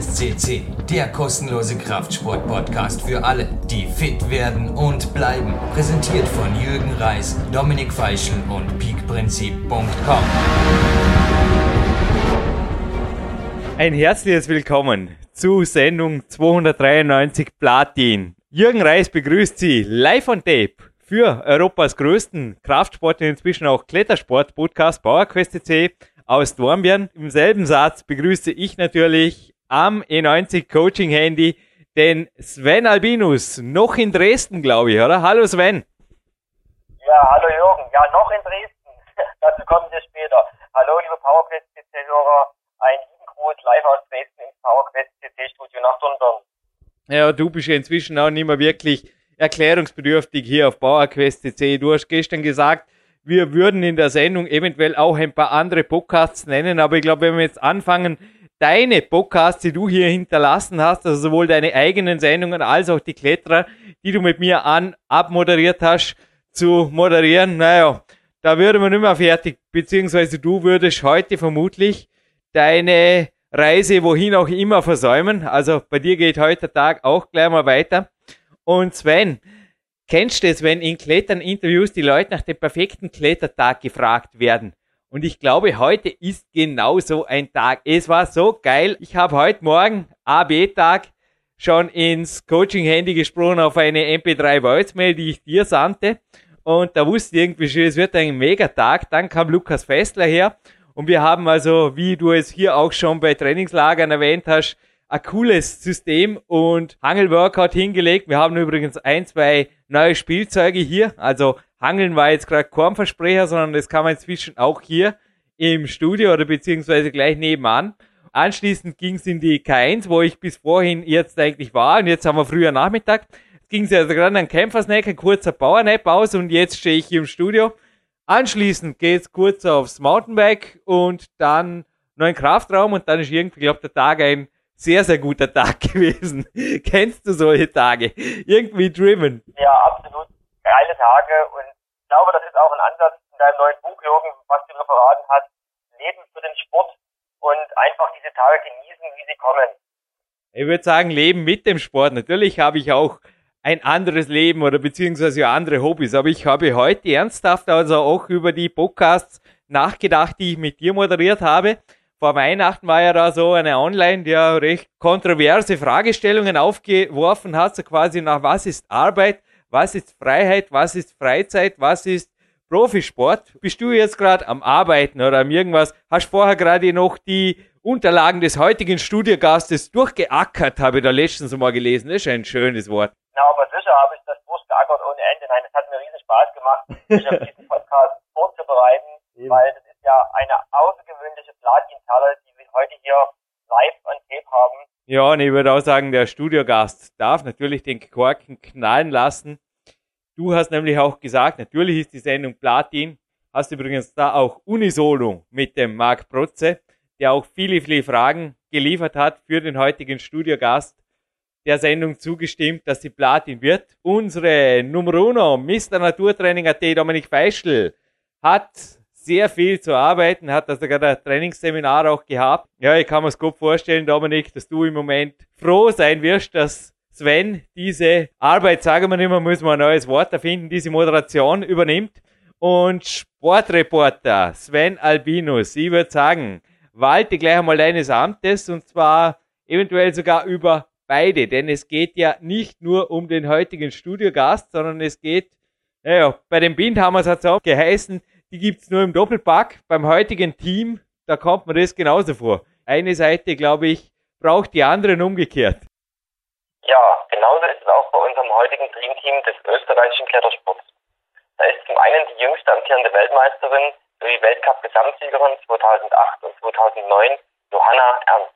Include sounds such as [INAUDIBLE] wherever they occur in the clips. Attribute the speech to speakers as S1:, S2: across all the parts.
S1: CC, der kostenlose Kraftsport-Podcast für alle, die fit werden und bleiben. Präsentiert von Jürgen Reis, Dominik Feischl und peakprinzip.com.
S2: Ein herzliches Willkommen zu Sendung 293 Platin. Jürgen Reis begrüßt Sie live on tape für Europas größten Kraftsport und inzwischen auch Klettersport-Podcast PowerQuest.cc aus Dornbirn. Im selben Satz begrüße ich natürlich am E90 Coaching Handy den Sven Albinus, noch in Dresden, glaube ich, oder? Hallo Sven.
S3: Ja, hallo Jürgen. Ja, noch in Dresden. [LAUGHS] Dazu kommen wir später. Hallo, liebe PowerQuest-CC-Hörer. Ein lieben Gruß live aus Dresden ins PowerQuest-CC-Studio nach Dornbirn.
S2: Ja, du bist ja inzwischen auch nicht mehr wirklich erklärungsbedürftig hier auf PowerQuest.cc. Du hast gestern gesagt, wir würden in der Sendung eventuell auch ein paar andere Podcasts nennen, aber ich glaube, wenn wir jetzt anfangen, deine Podcasts, die du hier hinterlassen hast, also sowohl deine eigenen Sendungen als auch die Kletterer, die du mit mir an abmoderiert hast, zu moderieren, naja, da würde man nicht mehr fertig, beziehungsweise du würdest heute vermutlich deine Reise wohin auch immer versäumen. Also bei dir geht heute der Tag auch gleich mal weiter. Und Sven, kennst du es, wenn in Klettern-Interviews die Leute nach dem perfekten Klettertag gefragt werden? Und ich glaube, heute ist genau so ein Tag. Es war so geil. Ich habe heute Morgen AB-Tag schon ins Coaching-Handy gesprochen auf eine MP3-Voice-Mail, die ich dir sandte. Und da wusste ich irgendwie schon, es wird ein Megatag. Dann kam Lukas Fessler her und wir haben also, wie du es hier auch schon bei Trainingslagern erwähnt hast, ein cooles System und Hangelworkout hingelegt. Wir haben übrigens ein, zwei neue Spielzeuge hier. Also Hangeln war jetzt gerade kein Versprecher, sondern das kann man inzwischen auch hier im Studio oder beziehungsweise gleich nebenan. Anschließend ging es in die K1, wo ich bis vorhin jetzt eigentlich war und jetzt haben wir früher Nachmittag. Jetzt ging es also gerade an Kämpfersnack, ein kurzer Powernap aus und jetzt stehe ich hier im Studio. Anschließend geht's kurz aufs Mountainbike und dann noch in den Kraftraum und dann ist irgendwie, glaube der Tag ein sehr, sehr guter Tag [LAUGHS] gewesen. Kennst du solche Tage? Irgendwie driven.
S3: Ja, absolut geile Tage und ich glaube, das ist auch ein Ansatz in deinem neuen Buch, Jürgen, was du mir verraten hast. Leben für den Sport und einfach diese Tage genießen, wie sie kommen.
S2: Ich würde sagen, Leben mit dem Sport. Natürlich habe ich auch ein anderes Leben oder beziehungsweise andere Hobbys. Aber ich habe heute ernsthaft also auch über die Podcasts nachgedacht, die ich mit dir moderiert habe. Vor Weihnachten war ja da so eine Online, die ja recht kontroverse Fragestellungen aufgeworfen hat, so quasi nach was ist Arbeit, was ist Freiheit, was ist Freizeit, was ist Profisport. Bist du jetzt gerade am Arbeiten oder am irgendwas? Hast vorher gerade noch die Unterlagen des heutigen Studiogastes durchgeackert, habe ich da letztens mal gelesen. Das ist ein schönes Wort.
S3: Na, aber sicher habe ich das durchgeackert ohne Ende. Nein, es hat mir riesen Spaß gemacht, mich auf diesen Podcast vorzubereiten, weil das ist ja eine außergewöhnliche Platin-Perle, die wir heute hier live on tape haben.
S2: Ja, und ich würde auch sagen, der Studiogast darf natürlich den Korken knallen lassen. Du hast nämlich auch gesagt, natürlich ist die Sendung Platin. Hast übrigens da auch Unisono mit dem Marc Protze, der auch viele, viele Fragen geliefert hat für den heutigen Studiogast der Sendung zugestimmt, dass sie Platin wird. Unsere Nummer Uno, Mr. Naturtraining AT, Dominik Feischl, hat sehr viel zu arbeiten, hat also gerade ein Trainingsseminar auch gehabt. Ja, ich kann mir es gut vorstellen, Dominik, dass du im Moment froh sein wirst, dass Sven diese Arbeit, sagen wir nicht mehr, müssen wir ein neues Wort erfinden, diese Moderation übernimmt. Und Sportreporter Sven Albinus, ich würde sagen, walte gleich einmal deines Amtes und zwar eventuell sogar über beide, denn es geht ja nicht nur um den heutigen Studiogast, sondern es geht, naja, bei den Bindhammers hat es auch geheißen, die gibt es nur im Doppelpack. Beim heutigen Team, da kommt man das genauso vor. Eine Seite, glaube ich, braucht die andere und umgekehrt.
S3: Ja, genauso ist es auch bei unserem heutigen Dreamteam des österreichischen Klettersports. Da ist zum einen die jüngste amtierende Weltmeisterin sowie Weltcup-Gesamtsiegerin 2008 und 2009 Johanna Ernst.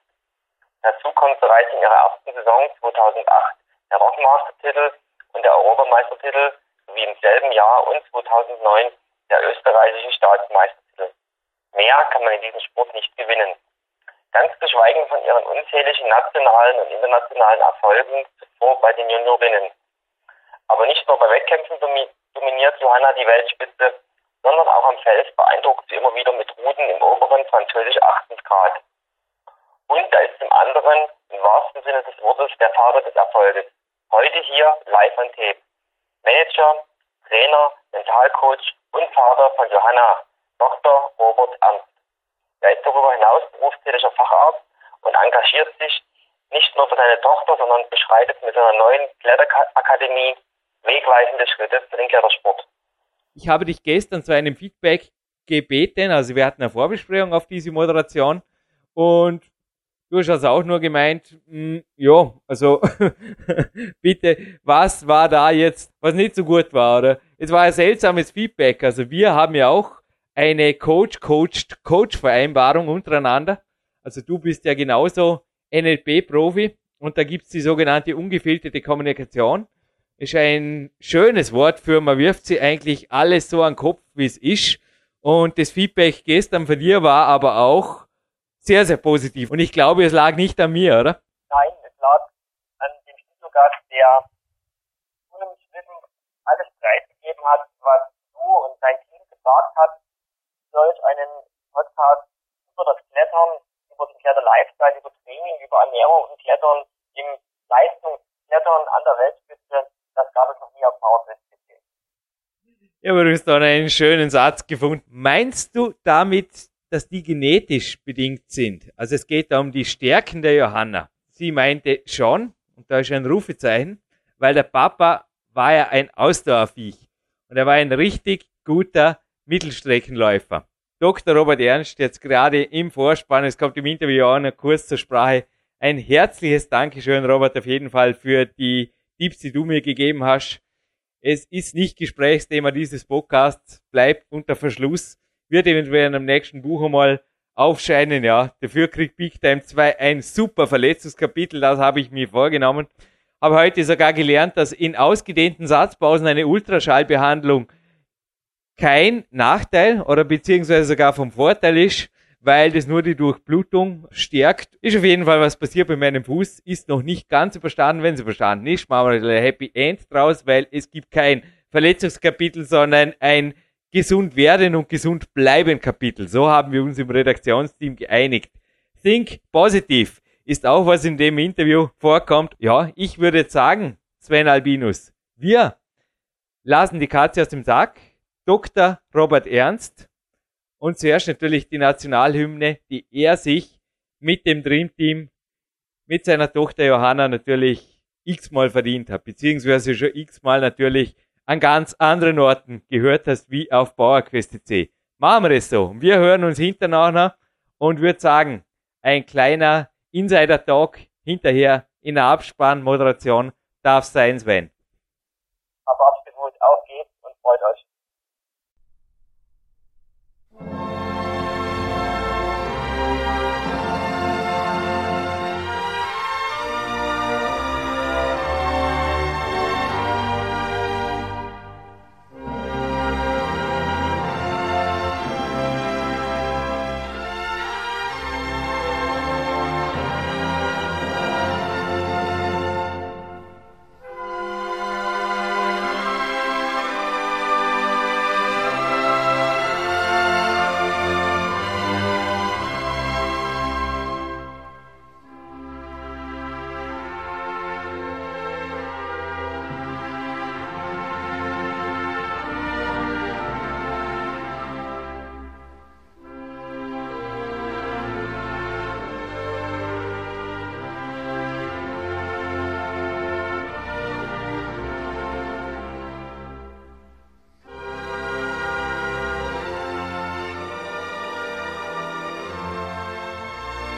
S3: Dazu kommt bereits in ihrer ersten Saison 2008 der Rockmaster-Titel und der Europameistertitel sowie im selben Jahr und 2009 der österreichische Staatsmeistertitel. Mehr kann man in diesem Sport nicht gewinnen. Ganz zu schweigen von ihren unzähligen nationalen und internationalen Erfolgen zuvor bei den Juniorinnen. Aber nicht nur bei Wettkämpfen dominiert Johanna die Weltspitze, sondern auch am Fels beeindruckt sie immer wieder mit Ruden im oberen französisch 8. Grad. Und da ist zum anderen, im wahrsten Sinne des Wortes, der Vater des Erfolges. Heute hier live on tape. Manager, Trainer, Mentalcoach und Vater von Johanna, Dr. Robert Ernst. Er ist darüber hinaus berufstätiger Facharzt und engagiert sich nicht nur für seine Tochter, sondern beschreitet mit seiner neuen Kletterakademie wegweisende Schritte für den Klettersport.
S2: Ich habe dich gestern zu einem Feedback gebeten, also wir hatten eine Vorbesprechung auf diese Moderation und du hast also auch nur gemeint, mh, ja, also [LAUGHS] bitte, was war da jetzt, was nicht so gut war, oder? Es war ein seltsames Feedback, also wir haben ja auch eine Coach-Coach-Coach-Vereinbarung untereinander. Also du bist ja genauso NLP-Profi und da gibt's die sogenannte ungefilterte Kommunikation. Ist ein schönes Wort für, man wirft sie eigentlich alles so an den Kopf, wie es ist. Und das Feedback gestern von dir war aber auch sehr, sehr positiv. Und ich glaube, es lag nicht an mir, oder?
S3: Nein, es lag an dem Studiogast, der unumstritten alles preisgegeben hat, was du und dein Team gesagt hast, solch einen Podcast über das Klettern, über den Kletter-Lifestyle, über Training, über Ernährung und Klettern, im Leistungsklettern an der Weltspitze, das gab es noch nie auf Powerfest.de.
S2: Ich habe übrigens da noch einen schönen Satz gefunden. Meinst du damit, dass die genetisch bedingt sind? Also es geht da um die Stärken der Johanna. Sie meinte schon, und da ist ein Rufezeichen, weil der Papa war ja ein Ausdauerviech. Und er war ein richtig guter Mittelstreckenläufer. Dr. Robert Ernst, jetzt gerade im Vorspann, es kommt im Interview auch noch kurz zur Sprache. Ein herzliches Dankeschön, Robert, auf jeden Fall für die Tipps, die du mir gegeben hast. Es ist nicht Gesprächsthema dieses Podcasts, bleibt unter Verschluss, wird eventuell in einem nächsten Buch einmal aufscheinen, ja. Dafür kriegt Big Time 2 ein super Verletzungskapitel, das habe ich mir vorgenommen. Habe heute sogar gelernt, dass in ausgedehnten Satzpausen eine Ultraschallbehandlung kein Nachteil oder beziehungsweise sogar vom Vorteil ist, weil das nur die Durchblutung stärkt. Ist auf jeden Fall was passiert bei meinem Fuß. Ist noch nicht ganz überstanden. Wenn es überstanden ist, machen wir ein Happy End draus, weil es gibt kein Verletzungskapitel, sondern ein gesund werden und gesund bleiben Kapitel. So haben wir uns im Redaktionsteam geeinigt. Think positiv ist auch was in dem Interview vorkommt. Ja, ich würde jetzt sagen, Sven Albinus, wir lassen die Katze aus dem Sack. Dr. Robert Ernst und zuerst natürlich die Nationalhymne, die er sich mit dem Dream Team, mit seiner Tochter Johanna natürlich x-mal verdient hat, beziehungsweise schon x-mal natürlich an ganz anderen Orten gehört hast, wie auf Bauerquest.c. Machen wir es so. Wir hören uns hintereinander und würde sagen, ein kleiner Insider-Talk hinterher in der Abspannmoderation darf sein, Sven.
S3: Aber absolut, auf geht's und freut euch.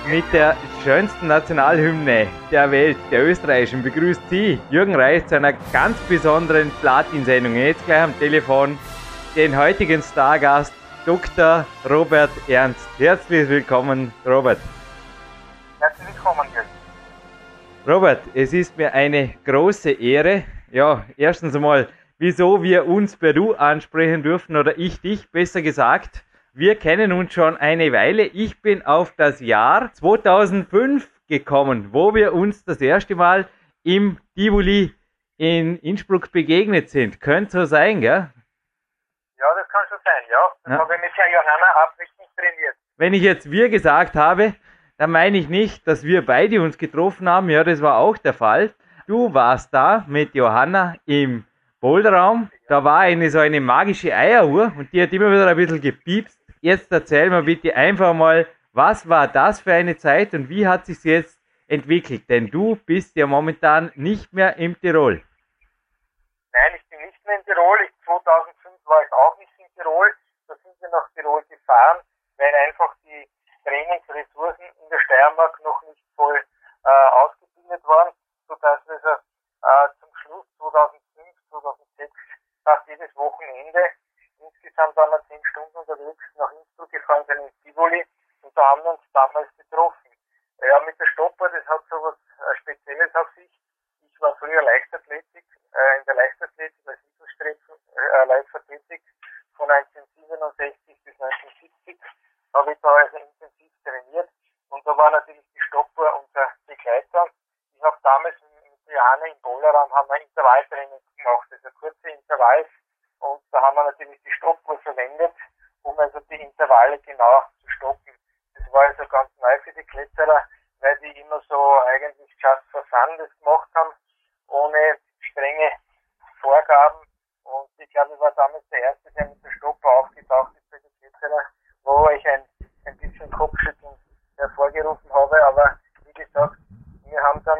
S2: mit der schönsten Nationalhymne der Welt, der österreichischen, begrüßt Sie, Jürgen Reis, zu einer ganz besonderen Platin-Sendung. Jetzt gleich am Telefon den heutigen Stargast, Dr. Robert Ernst. Herzlich willkommen, Robert.
S3: Herzlich willkommen, Jürgen.
S2: Robert, es ist mir eine große Ehre. Ja, erstens einmal, wieso wir uns per Du ansprechen dürfen oder ich dich, besser gesagt. Wir kennen uns schon eine Weile. Ich bin auf das Jahr 2005 gekommen, wo wir uns das erste Mal im Tivoli in Innsbruck begegnet sind. Könnte so sein, gell?
S3: Ja, das kann schon sein, ja. Das
S2: Ja.
S3: habe ich mit Herrn Johanna absichtlich trainiert.
S2: Wenn ich jetzt wir gesagt habe, Da meine ich nicht, dass wir beide uns getroffen haben. Ja, das war auch der Fall. Du warst da mit Johanna im Boulderraum. Da war eine so eine magische Eieruhr und die hat immer wieder ein bisschen gepiepst. Jetzt erzähl mir bitte einfach mal, was war das für eine Zeit und wie hat sich jetzt entwickelt? Denn du bist ja momentan nicht mehr im Tirol.
S3: Nein, ich bin nicht mehr in Tirol. Ich, 2005 war ich auch nicht in Tirol. Da sind wir nach Tirol gefahren, weil einfach die Trainingsressourcen in der Steiermark noch nicht voll äh, ausgebildet waren, sodass wir so, äh, zum Schluss 2005, 2006 fast jedes Wochenende, insgesamt waren wir zehn Stunden unterwegs, nach Innsbruck gefahren sind in Tivoli und da haben wir uns damals getroffen. Ja, mit der Stopper, das hat so was äh, Spezielles auf sich. Ich war früher Leichtathletik, äh, in der Leichtathletik, als Mittelstrecken, äh, Leichtathletik von 1967 bis 1970 habe ich da also intensiv trainiert und da war natürlich die Stoppuhr unser Begleiter. Ich habe damals mit Johanna im Bollerraum haben wir Intervalltraining gemacht, also kurze Intervalls und da haben wir natürlich die Stoppuhr verwendet, um also die Intervalle genau zu stoppen. Das war also ganz neu für die Kletterer, weil die immer so eigentlich just for fun das gemacht haben, ohne strenge Vorgaben und ich glaube, ich war damals der Erste, der mit der Stoppuhr aufgetaucht ist bei den Kletterer wo ich ein, ein bisschen Kopfschütteln hervorgerufen habe. Aber wie gesagt, wir haben dann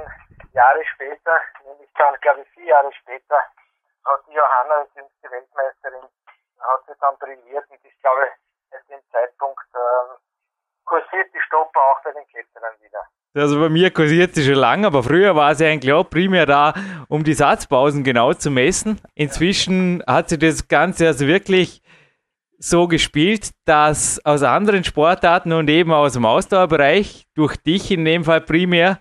S3: Jahre später, nämlich dann, glaube ich, vier Jahre später, hat die Johanna als jüngste Weltmeisterin, hat sie dann brilliert und ich glaube, seit dem Zeitpunkt ähm, kursiert die Stopper auch bei den Kletterern wieder.
S2: Also bei mir kursiert sie schon lange, aber früher war sie eigentlich auch primär da, um die Satzpausen genau zu messen. Inzwischen hat sie das Ganze also wirklich so gespielt, dass aus anderen Sportarten und eben aus dem Ausdauerbereich, durch dich in dem Fall primär,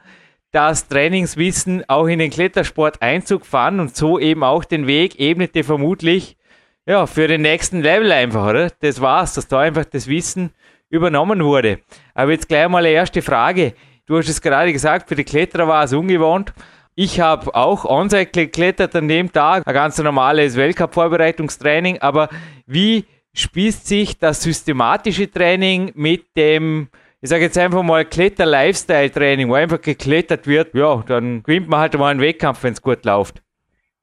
S2: das Trainingswissen auch in den Klettersport Einzug fand und so eben auch den Weg ebnete vermutlich ja, für den nächsten Level einfach, oder? Das war's, dass da einfach das Wissen übernommen wurde. Aber jetzt gleich mal eine erste Frage. Du hast es gerade gesagt, für die Kletterer war es ungewohnt. Ich habe auch Onside geklettert an dem Tag, ein ganz normales Weltcup-Vorbereitungstraining, aber wie spießt sich das systematische Training mit dem, ich sage jetzt einfach mal, Kletter-Lifestyle-Training, wo einfach geklettert wird, ja, dann gewinnt man halt mal einen Wettkampf, wenn es gut läuft.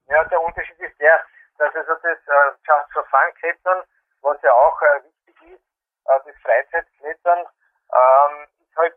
S3: Ja, der Unterschied ist der, dass also das äh, Just for Fun Klettern, was ja auch äh, wichtig ist, äh, das Freizeitklettern, ähm, ist halt,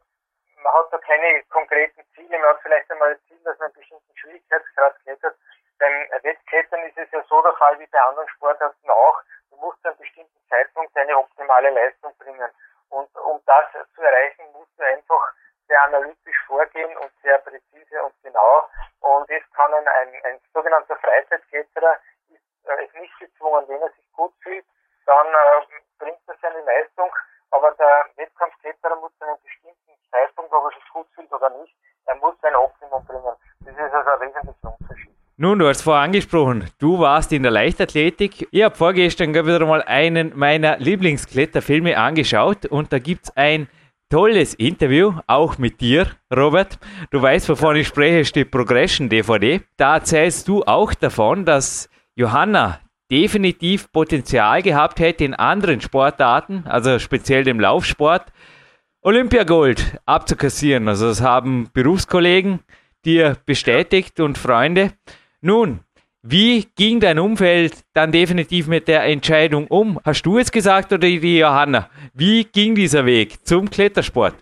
S3: man hat da keine konkreten Ziele, man hat vielleicht einmal das Ziel, dass man einen bestimmten Schwierigkeitsgrad klettert. Beim Wettklettern ist es ja so der Fall wie bei anderen Sportarten auch, du musst zu einem bestimmten Zeitpunkt deine optimale Leistung bringen. Und um das zu erreichen, musst du einfach sehr analytisch vorgehen und sehr präzise und genau. Und das kann ein, ein, ein sogenannter Freizeitkletterer ist, äh, ist nicht gezwungen, wenn er sich gut fühlt, dann äh, bringt er seine Leistung. Aber der Wettkampfkletterer muss zu einem bestimmten Zeitpunkt, ob er sich gut fühlt oder nicht, er muss sein Optimum bringen. Das ist also ein wesentlicher Unterschied.
S2: Nun, du hast vorher angesprochen, du warst in der Leichtathletik. Ich habe vorgestern wieder mal einen meiner Lieblingskletterfilme angeschaut und da gibt es ein tolles Interview, auch mit dir, Robert. Du weißt, wovon ich spreche, ist die Progression DVD. Da erzählst du auch davon, dass Johanna definitiv Potenzial gehabt hätte in anderen Sportarten, also speziell dem Laufsport, Olympiagold abzukassieren. Also das haben Berufskollegen dir bestätigt und Freunde. Nun, wie ging dein Umfeld dann definitiv mit der Entscheidung um? Hast du es gesagt oder die Johanna? Wie ging dieser Weg zum Klettersport?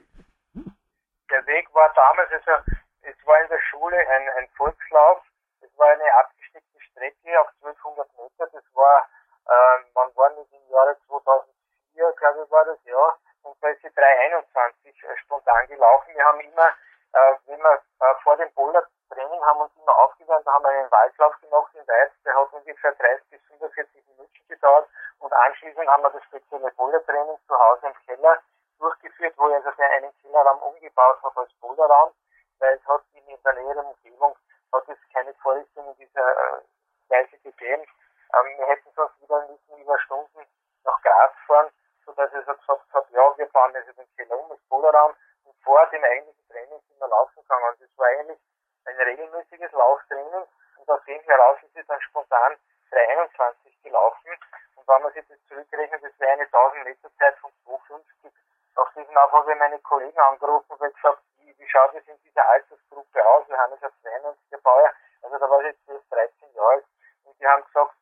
S3: Der Weg war damals, also, es war in der Schule ein, ein Volkslauf, es war eine abgesteckte Strecke auf 1200 Meter, das war, äh, man war nicht im Jahre 2004, glaube ich, war das, ja, und da ist die 321 äh, spontan gelaufen. Wir haben immer äh, wenn wir äh, vor dem Boulder-Training haben uns immer aufgewärmt, haben einen Waldlauf gemacht in Weiß, der hat ungefähr 30 bis 45 Minuten gedauert und anschließend haben wir das spezielle Boulder-Training zu Hause im Keller durchgeführt, wo ich also einen Kellerraum umgebaut habe als Boulderraum, weil es hat in der näheren Umgebung hat es keine Vorrichtung in dieser äh, Weise gegeben. Ähm, wir hätten sonst wieder müssen über Stunden nach Graz fahren, sodass ich so gesagt habe, ja, wir fahren also den Keller um, das Boulderraum und vor dem eigentlichen Training sind wir laufen gegangen. Und das war eigentlich ein regelmäßiges Lauftraining. Und aus dem heraus ist es dann spontan 321 gelaufen. Und wenn man sich das zurückrechnet, das wäre eine 1000 Meter Zeit von 250 Auf diesen Auftrag habe ich meine Kollegen angerufen und gesagt, wie, wie schaut es in dieser Altersgruppe aus? Johannes hat 92 Bauer, also da war ich jetzt 12, 13 Jahre alt. Und die haben gesagt,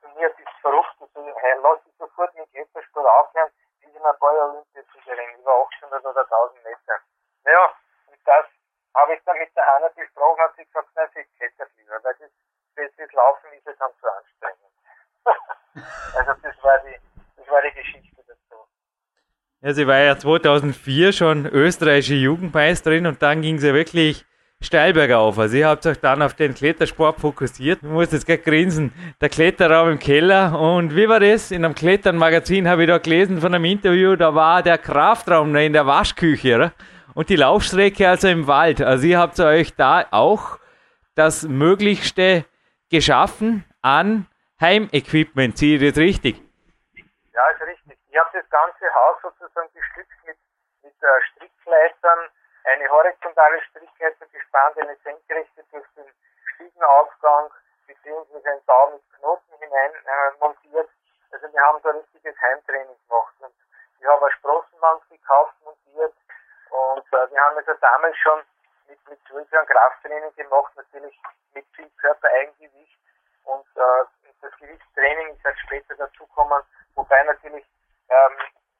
S3: zu mir, das ist verrückt, ich lasse ich sofort mit Klettersport aufhören, bis ich ein paar Olympiasiegerin, über 800 oder 1000 Meter. Naja, und das habe ich dann mit der Hanna besprochen, hat sie gesagt, nein, sie klettert lieber, weil das, das, das Laufen ist ja dann zu anstrengend. [LAUGHS] also das war die, das war die Geschichte dazu.
S2: Ja, sie war ja 2004 schon österreichische Jugendmeisterin und dann ging sie ja wirklich steil bergauf. Also ihr habt euch dann auf den Klettersport fokussiert. Ich muss jetzt gerade grinsen. Der Kletterraum im Keller. Und wie war das? In einem Kletternmagazin habe ich da gelesen von einem Interview, da war der Kraftraum in der Waschküche, oder? Und die Laufstrecke also im Wald. Also ihr habt euch da auch das Möglichste geschaffen an Heimequipment. Sehe ich das richtig?
S3: Ja, ist richtig. Ich habe das ganze Haus sozusagen bestückt mit, mit äh, Strickleitern, eine horizontale Strickleiter gespannt, eine senkrechte durch den Stiegenaufgang, beziehungsweise ein Bau mit Knoten hinein äh, montiert. Also wir haben da ein richtiges Heimtraining gemacht. Und ich habe eine Sprossenwand gekauft, montiert. Und äh, wir haben also damals schon mit, mit unserem Krafttraining gemacht, natürlich mit viel Körpereigengewicht. Und äh, das Gewichtstraining ist erst später dazugekommen, wobei natürlich ähm,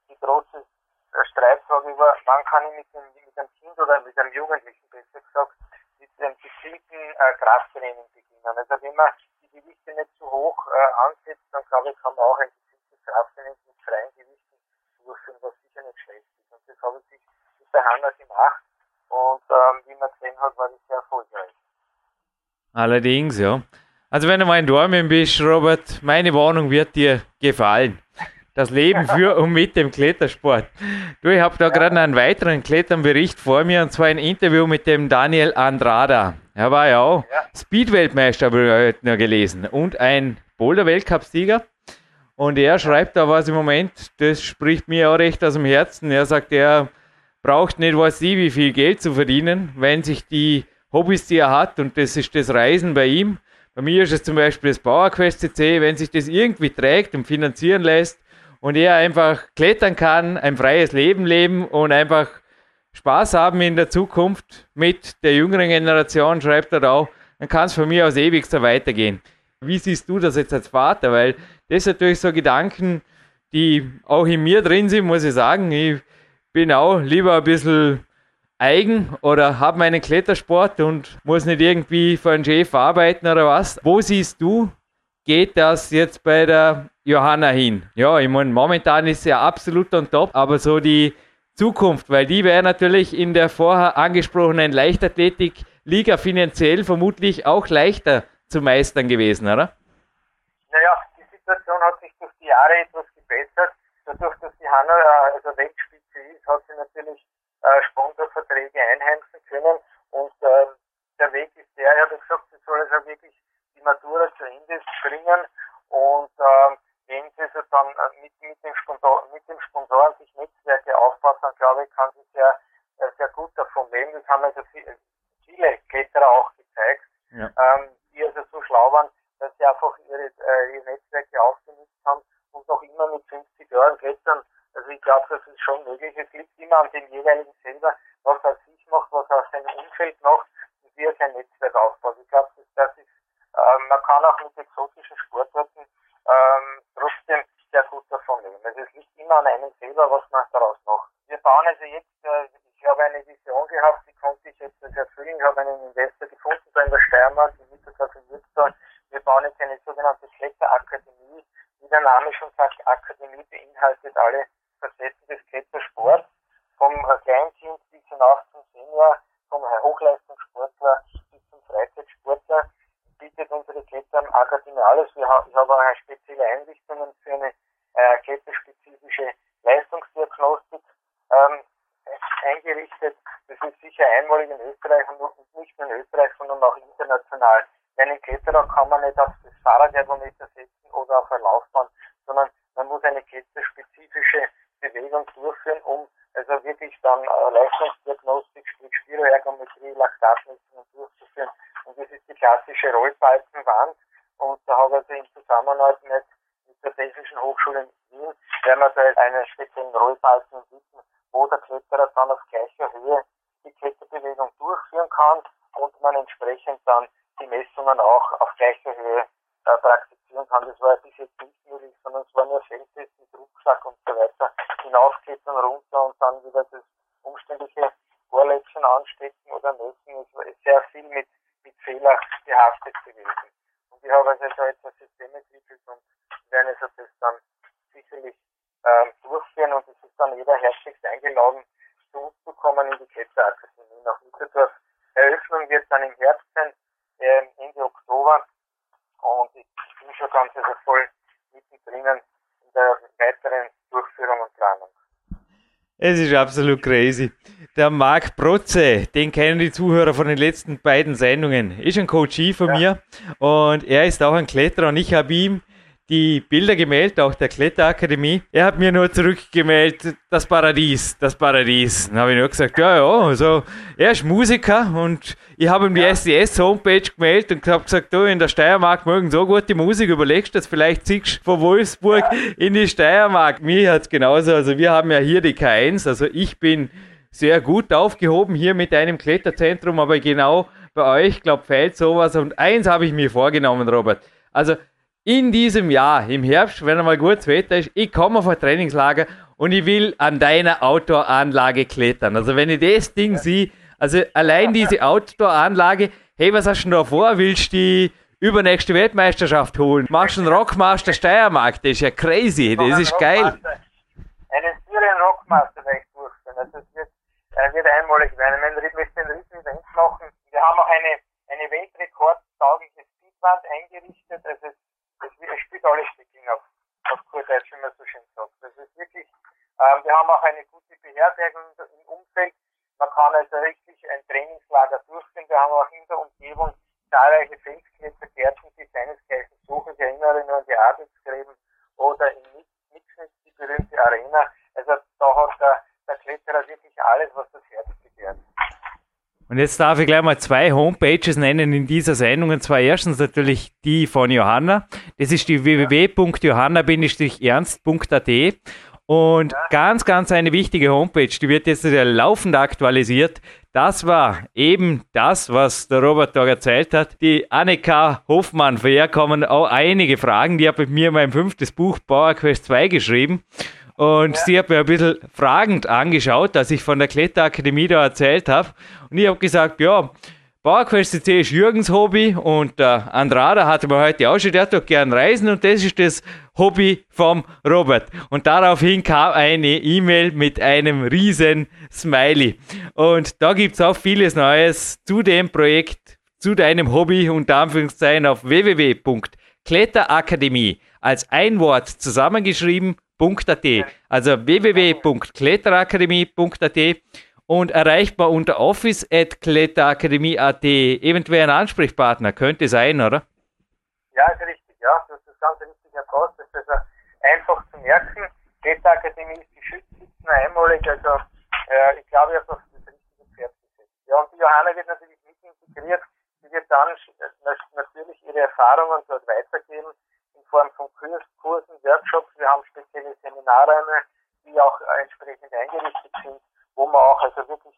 S3: die große äh, Streitfrage über, wann kann ich mit dem, mit dem Kind oder mit einem Jugendlichen besser gesagt mit dem gezielten äh, Krafttraining beginnen. Also wenn man die Gewichte nicht zu hoch äh, ansetzt, dann glaube ich, kann man auch ein gezieltes Krafttraining mit freien Gewichten durchführen, was sicher nicht schlecht ist. Und das habe ich mit der Hanna gemacht und ähm, wie man gesehen hat, war das sehr erfolgreich.
S2: Allerdings, ja. Also wenn du mal in Dormen bist, Robert, meine Warnung wird dir gefallen. Das Leben für und mit dem Klettersport. Du, ich habe da gerade einen weiteren Kletternbericht vor mir, und zwar ein Interview mit dem Daniel Andrada. Er war ja auch
S3: Ja.
S2: Speed-Weltmeister, habe ich heute noch gelesen, und ein Boulder-Weltcup-Sieger. Und er schreibt da was im Moment, das spricht mir auch recht aus dem Herzen. Er sagt, er braucht nicht was sie, wie viel Geld zu verdienen, wenn sich die Hobbys, die er hat, und das ist das Reisen bei ihm. Bei mir ist es zum Beispiel das PowerQuest CC, wenn sich das irgendwie trägt und finanzieren lässt und er einfach klettern kann, ein freies Leben leben und einfach Spaß haben in der Zukunft mit der jüngeren Generation, schreibt er auch, dann kann es von mir aus ewig so weitergehen. Wie siehst du das jetzt als Vater? Weil das sind natürlich so Gedanken, die auch in mir drin sind, muss ich sagen. Ich bin auch lieber ein bisschen eigen oder habe meinen Klettersport und muss nicht irgendwie für einen Chef arbeiten oder was. Wo siehst du, geht das jetzt bei der Johanna hin? Ja, ich meine, momentan ist sie ja absolut on top, aber so die Zukunft, weil die wäre natürlich in der vorher angesprochenen Leichtathletik-Liga finanziell vermutlich auch leichter zu meistern gewesen, oder?
S3: Naja, die Situation hat sich durch die Jahre etwas gebessert. Dadurch, dass die Hanna äh, also Weltspitze ist, hat sie natürlich äh, Sponsorverträge einheimsen können. Und ähm, der Weg ist der, ich habe gesagt, sie soll also wirklich die Matura zu Ende bringen. Und ähm, wenn sie also dann äh, mit, mit, dem Sponsor, mit dem Sponsoren sich Netzwerke aufbaut, dann glaube ich, kann sie sehr, äh, sehr gut davon leben. Das haben also vi- viele Kletterer auch gezeigt
S2: Ja.
S3: ähm, die also so schlau waren, dass sie einfach ihre, äh, ihre Netzwerke ausgenutzt haben und noch immer mit 50 Jahren klettern. Also ich glaube, das ist schon möglich. Es liegt immer an dem jeweiligen selber, was er sich macht, was er aus seinem Umfeld macht und wie er sein Netzwerk aufbaut. Ich glaube, das, das ist, ähm, man kann auch mit exotischen Sportarten ähm, trotzdem sehr gut davon leben. Also es liegt immer an einem selber, was man daraus macht. Wir bauen also jetzt, äh, ich habe eine Vision gehabt, die konnte ich jetzt nicht erfüllen. Ich habe einen Investor gefunden da in der Steiermark, in Mitteldorf in Würzburg. Wir bauen jetzt eine sogenannte Kletterakademie. Wie der Name schon sagt, Akademie beinhaltet alle Facetten des Klettersports. Vom äh, Kleinkind bis hinauf zum Senior, vom Hochleistungssportler bis zum Freizeitsportler bietet unsere Kletternakademie alles. Wir ha ich habe auch spezielle Einrichtungen für eine äh, kletterspezifische Leistungsdiagnostik ähm, eingerichtet. Das ist sicher einmalig in Österreich und nur- und nicht nur in Österreich, sondern auch international. Denn einen Kletterer kann man nicht auf das Fahrradergometer setzen oder auf eine Laufbahn, sondern man muss eine kletterspezifische Bewegung durchführen, um also wirklich dann äh, Leistungsdiagnostik, sprich Spiroergometrie, Laktatmessungen durchzuführen. Und das ist die klassische Rollbalkenwand. Und da habe ich also in Zusammenarbeit mit, mit der Technischen Hochschule in Wien, werden wir da eine speziellen halt Rollbalken entwickeln, wo wo der Kletterer dann auf gleicher Höhe die Kletterbewegung durchführen kann und man entsprechend dann die Messungen auch auf gleicher Höhe äh, praktizieren kann. Das war bis jetzt nicht möglich, sondern es war nur Feldtest mit Rucksack und so weiter. Hinaufklettern, runter und dann wieder das umständliche Ohrläppchen anstecken oder messen. Es war sehr viel mit, mit Fehler behaftet gewesen. Und ich habe also da jetzt ein System entwickelt und werden also das dann sicherlich ähm, durchführen und es ist dann jeder herzlichst eingeladen, zu uns zu kommen in die Kletterakademie nach Mitteldorf. Eröffnung wird dann im Herbst sein, ähm, Ende Oktober und ich bin schon ganz also voll mittendrin in der weiteren Durchführung und Planung.
S2: Es ist absolut crazy. Der Marc Protze, den kennen die Zuhörer von den letzten beiden Sendungen, ist ein Coachie von
S3: Ja.
S2: mir und er ist auch ein Kletterer und ich habe ihm die Bilder gemeldet, auch der Kletterakademie. Er hat mir nur zurückgemeldet, das Paradies, das Paradies. Dann habe ich nur gesagt, ja, ja, also er ist Musiker und ich habe ihm die SDS-Homepage gemeldet und habe gesagt, du, in der Steiermark mögen so gute Musik, überlegst du das vielleicht, ziehst du von Wolfsburg in die Steiermark. Mir hat es genauso, also wir haben ja hier die K1, also ich bin sehr gut aufgehoben hier mit einem Kletterzentrum, aber genau bei euch, glaube fällt sowas. Und eins habe ich mir vorgenommen, Robert. Also in diesem Jahr, im Herbst, wenn einmal gutes Wetter ist, ich komme auf ein Trainingslager und ich will an deiner Outdoor-Anlage klettern. Also wenn ich das Ding sehe, also allein diese Outdoor-Anlage, hey, was hast du denn da vor? Willst du die übernächste Weltmeisterschaft holen? Machst du einen Rockmaster Steiermark? Das ist ja crazy, das ist geil.
S3: Einen Syrien Rockmaster werde ich durchführen. Also es wird, äh, wird einmalig werden. Mein Ritt möchte den Ritt wieder machen. Wir haben auch eine, eine weltrekordtaugliche Speedwand eingerichtet. Also es, es, wird- es spielt alles Sticking auf, auf Kurdeutsch, wie man so schön sagt. Das ist wirklich, ähm, wir haben auch eine gute Beherbergung im Umfeld. Man kann also richtig ein Trainingslager durchführen. Wir haben auch in der Umgebung zahlreiche Felsknitzer, Gärten, die seinesgleichen suchen, die Erinnerungen an die Arbeitsgräben oder in Mit- Mitschnitt die berühmte Arena. Also da hat der, der Kletterer wirklich alles, was das Herz begehrt.
S2: Und jetzt darf ich gleich mal zwei Homepages nennen in dieser Sendung. Und zwar erstens natürlich die von Johanna. Das ist die www.johanna-ernst.at. Und ganz, ganz eine wichtige Homepage, die wird jetzt wieder laufend aktualisiert. Das war eben das, was der Robert da erzählt hat. Die Annika Hofmann, von ihr kommen auch einige Fragen. Die hat mit mir mein fünftes Buch Power Quest 2 geschrieben. Und sie hat mir ein bisschen fragend angeschaut, dass ich von der Kletterakademie da erzählt habe. Und ich habe gesagt, ja, PowerQuest CC ist Jürgens Hobby und der Andrada hatte mir heute auch schon, der hat doch gern reisen und das ist das Hobby vom Robert. Und daraufhin kam eine E-Mail mit einem riesen Smiley. Und da gibt es auch vieles Neues zu dem Projekt, zu deinem Hobby unter Anführungszeichen auf www.kletterakademie als ein Wort zusammengeschrieben.at. Also www.kletterakademie.at und erreichbar unter office.kletterakademie.at. Eventuell ein Ansprechpartner könnte sein, oder?
S3: Ja, ist richtig, ja. Du hast das ganz richtig erfasst. Das ist also einfach zu merken. Kletterakademie ist geschützt, sitzen einmalig. Also, äh, ich glaube, ich habe auf das richtige Pferd gesetzt. Ja, und die Johanna wird natürlich mit integriert. Sie wird dann sch- äh, nat- natürlich ihre Erfahrungen dort weitergeben in Form von Kurs, Kursen, Workshops. Wir haben spezielle Seminarräume, die auch äh, entsprechend eingerichtet sind, wo man auch also wirklich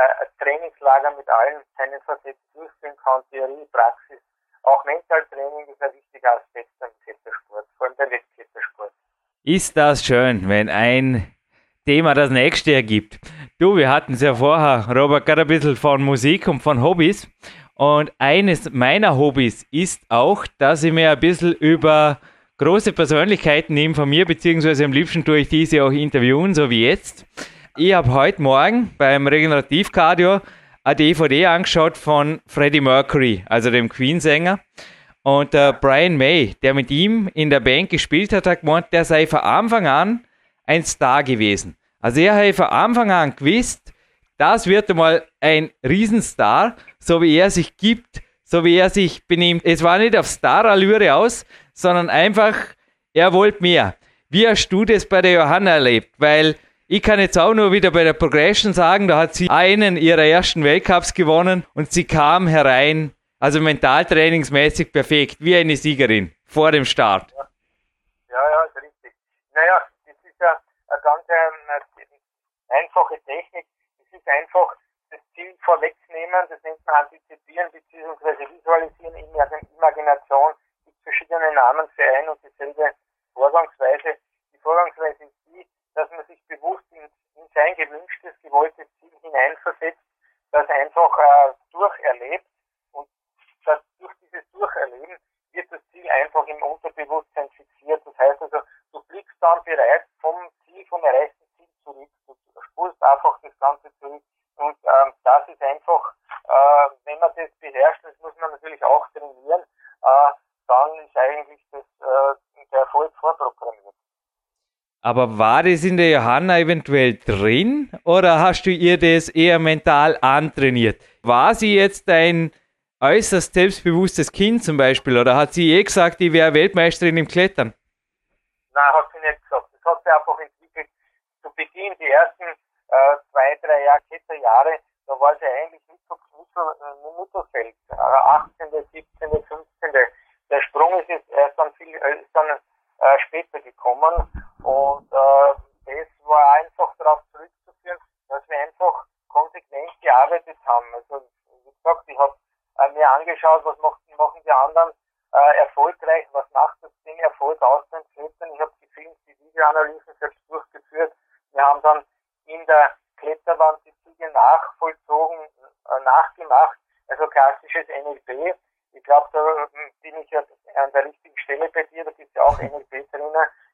S3: äh, ein Trainingslager mit allen seinen Facetten durchführen kann, Theorie, Praxis, auch Mentaltraining ist ein wichtiger Aspekt beim Klettersport, vor allem beim Wettklettersport.
S2: Ist das schön, wenn ein Thema das nächste ergibt. Du, wir hatten es ja vorher, Robert, gerade ein bisschen von Musik und von Hobbys. Und eines meiner Hobbys ist auch, dass ich mir ein bisschen über große Persönlichkeiten informiere, beziehungsweise am liebsten tue ich diese auch interviewen, so wie jetzt. Ich habe heute Morgen beim Regenerativcardio eine DVD angeschaut von Freddie Mercury, also dem Queensänger. Und der Brian May, der mit ihm in der Band gespielt hat, hat gemeint, der sei von Anfang an ein Star gewesen. Also er hat von Anfang an gewusst, das wird einmal ein Riesenstar, so wie er sich gibt, so wie er sich benimmt. Es war nicht auf Starallüre aus, sondern einfach, er wollte mehr. Wie hast du das bei der Johanna erlebt? Weil ich kann jetzt auch nur wieder bei der Progression sagen, da hat sie einen ihrer ersten Weltcups gewonnen und sie kam herein, also mentaltrainingsmäßig perfekt, wie eine Siegerin vor dem Start.
S3: Ja, ja, ist richtig. Naja, das ist ja ein ganz ähm, einfache Technik. Es ist einfach das Ziel vorwegnehmen, das nennt man antizipieren bzw. visualisieren, Imag- Imagination, gibt verschiedene Namen für ein und dieselbe Vorgangsweise. Die Vorgangsweise ist die, dass man sich bewusst in, in sein gewünschtes, gewolltes Ziel hineinversetzt, das einfach äh, durcherlebt und das, durch dieses Durcherleben wird das Ziel einfach im Unterbewusstsein fixiert. Das heißt also, du blickst dann bereits vom Ziel, vom erreichten Ziel zurück. Du spulst einfach das Ganze zurück. Und ähm, das ist einfach, äh, wenn man das beherrscht, das muss man natürlich auch trainieren, äh, dann ist eigentlich das, äh, der Erfolg vorprogrammiert.
S2: Aber war das in der Johanna eventuell drin oder hast du ihr das eher mental antrainiert? War sie jetzt ein äußerst selbstbewusstes Kind zum Beispiel oder hat sie eh gesagt, ich wäre Weltmeisterin im Klettern?
S3: Nein, hat sie nicht gesagt. Das hat sie einfach entwickelt. Zu Beginn, die ersten äh, zwei, drei Jahre, vier Jahre, da war sie eigentlich mittel, mittel, äh, Mittelfeld. Äh, 18., 17., 15. Der Sprung ist jetzt erst dann viel äh, ist dann, äh, später gekommen und äh, das war einfach darauf zurückzuführen, dass wir einfach konsequent gearbeitet haben. Also wie gesagt, ich habe äh, mir angeschaut, was macht, machen die anderen äh, erfolgreich, was macht das Ding Erfolg aus den Klettern. Ich habe gefilmt, die Videoanalysen selbst durchgeführt. Wir haben dann in der Kletterwand die Ziege nachvollzogen, äh, nachgemacht, also klassisches NLP. Ich glaube, da ähm, bin ich ja an der richtigen Stelle bei dir, da gibt es ja auch NLP drinnen.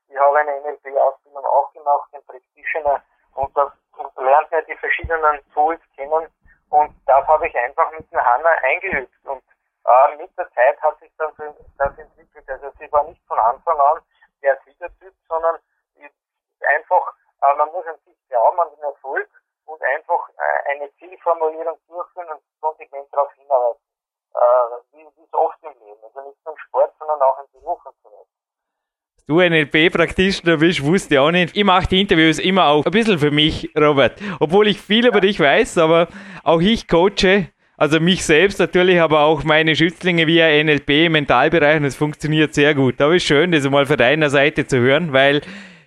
S3: Ich habe eine NLP-Ausbildung auch gemacht, den Practitioner, und da und lernt man die verschiedenen Tools kennen. Und das habe ich einfach mit der Hanna eingeübt. Und äh, mit der Zeit hat sich dann so das entwickelt. Also sie war nicht von Anfang an der Siegertyp, sondern ist einfach, äh, man muss an sich glauben, an den Erfolg und einfach äh, eine Zielformulierung durchführen und konsequent darauf hinarbeiten. Äh, wie, wie so oft im Leben. Also nicht nur im Sport, sondern auch im Beruf und so weiter.
S2: Du NLP-Praktitioner bist, wusste ich auch nicht. Ich mache die Interviews immer auch ein bisschen für mich, Robert. Obwohl ich viel über dich weiß, aber auch ich coache, also mich selbst natürlich, aber auch meine Schützlinge via NLP im Mentalbereich und es funktioniert sehr gut. Aber ist schön, das mal von deiner Seite zu hören, weil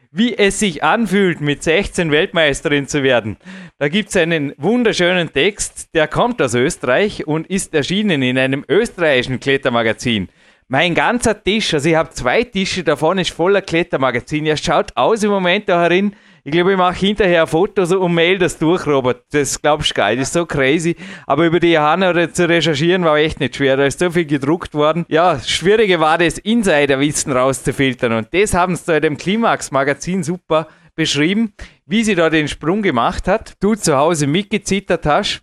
S2: wie es sich anfühlt, mit 16 Weltmeisterin zu werden. Da gibt es einen wunderschönen Text, der kommt aus Österreich und ist erschienen in einem österreichischen Klettermagazin. Mein ganzer Tisch, also ich habe zwei Tische, davon ist voller Klettermagazin. Ja, schaut aus im Moment da herin. Ich glaube, ich mache hinterher Fotos und mail das durch, Robert. Das glaubst du gar nicht, das ist so crazy. Aber über die Johanna zu recherchieren war echt nicht schwer. Da ist so viel gedruckt worden. Ja, das Schwierige war das Insiderwissen rauszufiltern. Und das haben sie da in dem Klimax-Magazin super beschrieben, wie sie da den Sprung gemacht hat. Du zu Hause mitgezittert hast.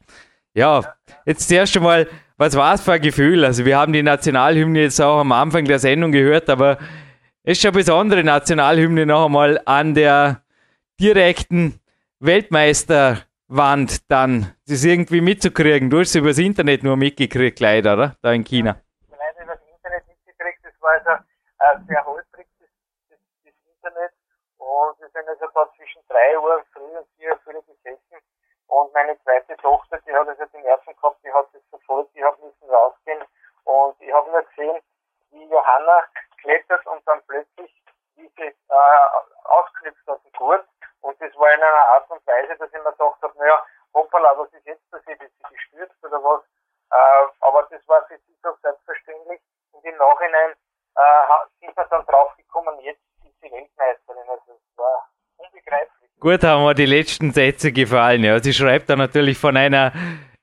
S2: Ja, jetzt zuerst einmal, was war es für ein Gefühl? Also, wir haben die Nationalhymne jetzt auch am Anfang der Sendung gehört, aber es ist schon eine besondere Nationalhymne noch einmal an der direkten Weltmeisterwand dann, das irgendwie mitzukriegen. Du hast es übers Internet nur mitgekriegt, leider, oder? Da in China.
S3: Leider über das Internet mitgekriegt, das war also äh, sehr holprig, das, das, das Internet. Und wir sind also da zwischen 3 Uhr früh und 4 Uhr früh gesessen. Und meine zweite Tochter, die hat also den Nerven gehabt, die hat das verfolgt, die hat müssen rausgehen. Und ich habe nur gesehen, wie Johanna klettert und dann plötzlich diese äh, ausknipst aus dem Gurt. Und das war in einer Art und Weise, dass ich mir gedacht habe, naja, hoppala, was ist jetzt passiert? Ist sie gestürzt oder was? Äh, aber das war für sie so selbstverständlich. Und im Nachhinein äh, ha- sind wir dann draufgekommen, jetzt ist sie Weltmeisterin. Also es war unbegreiflich.
S2: Gut haben mir die letzten Sätze gefallen. Ja, sie schreibt da natürlich von einer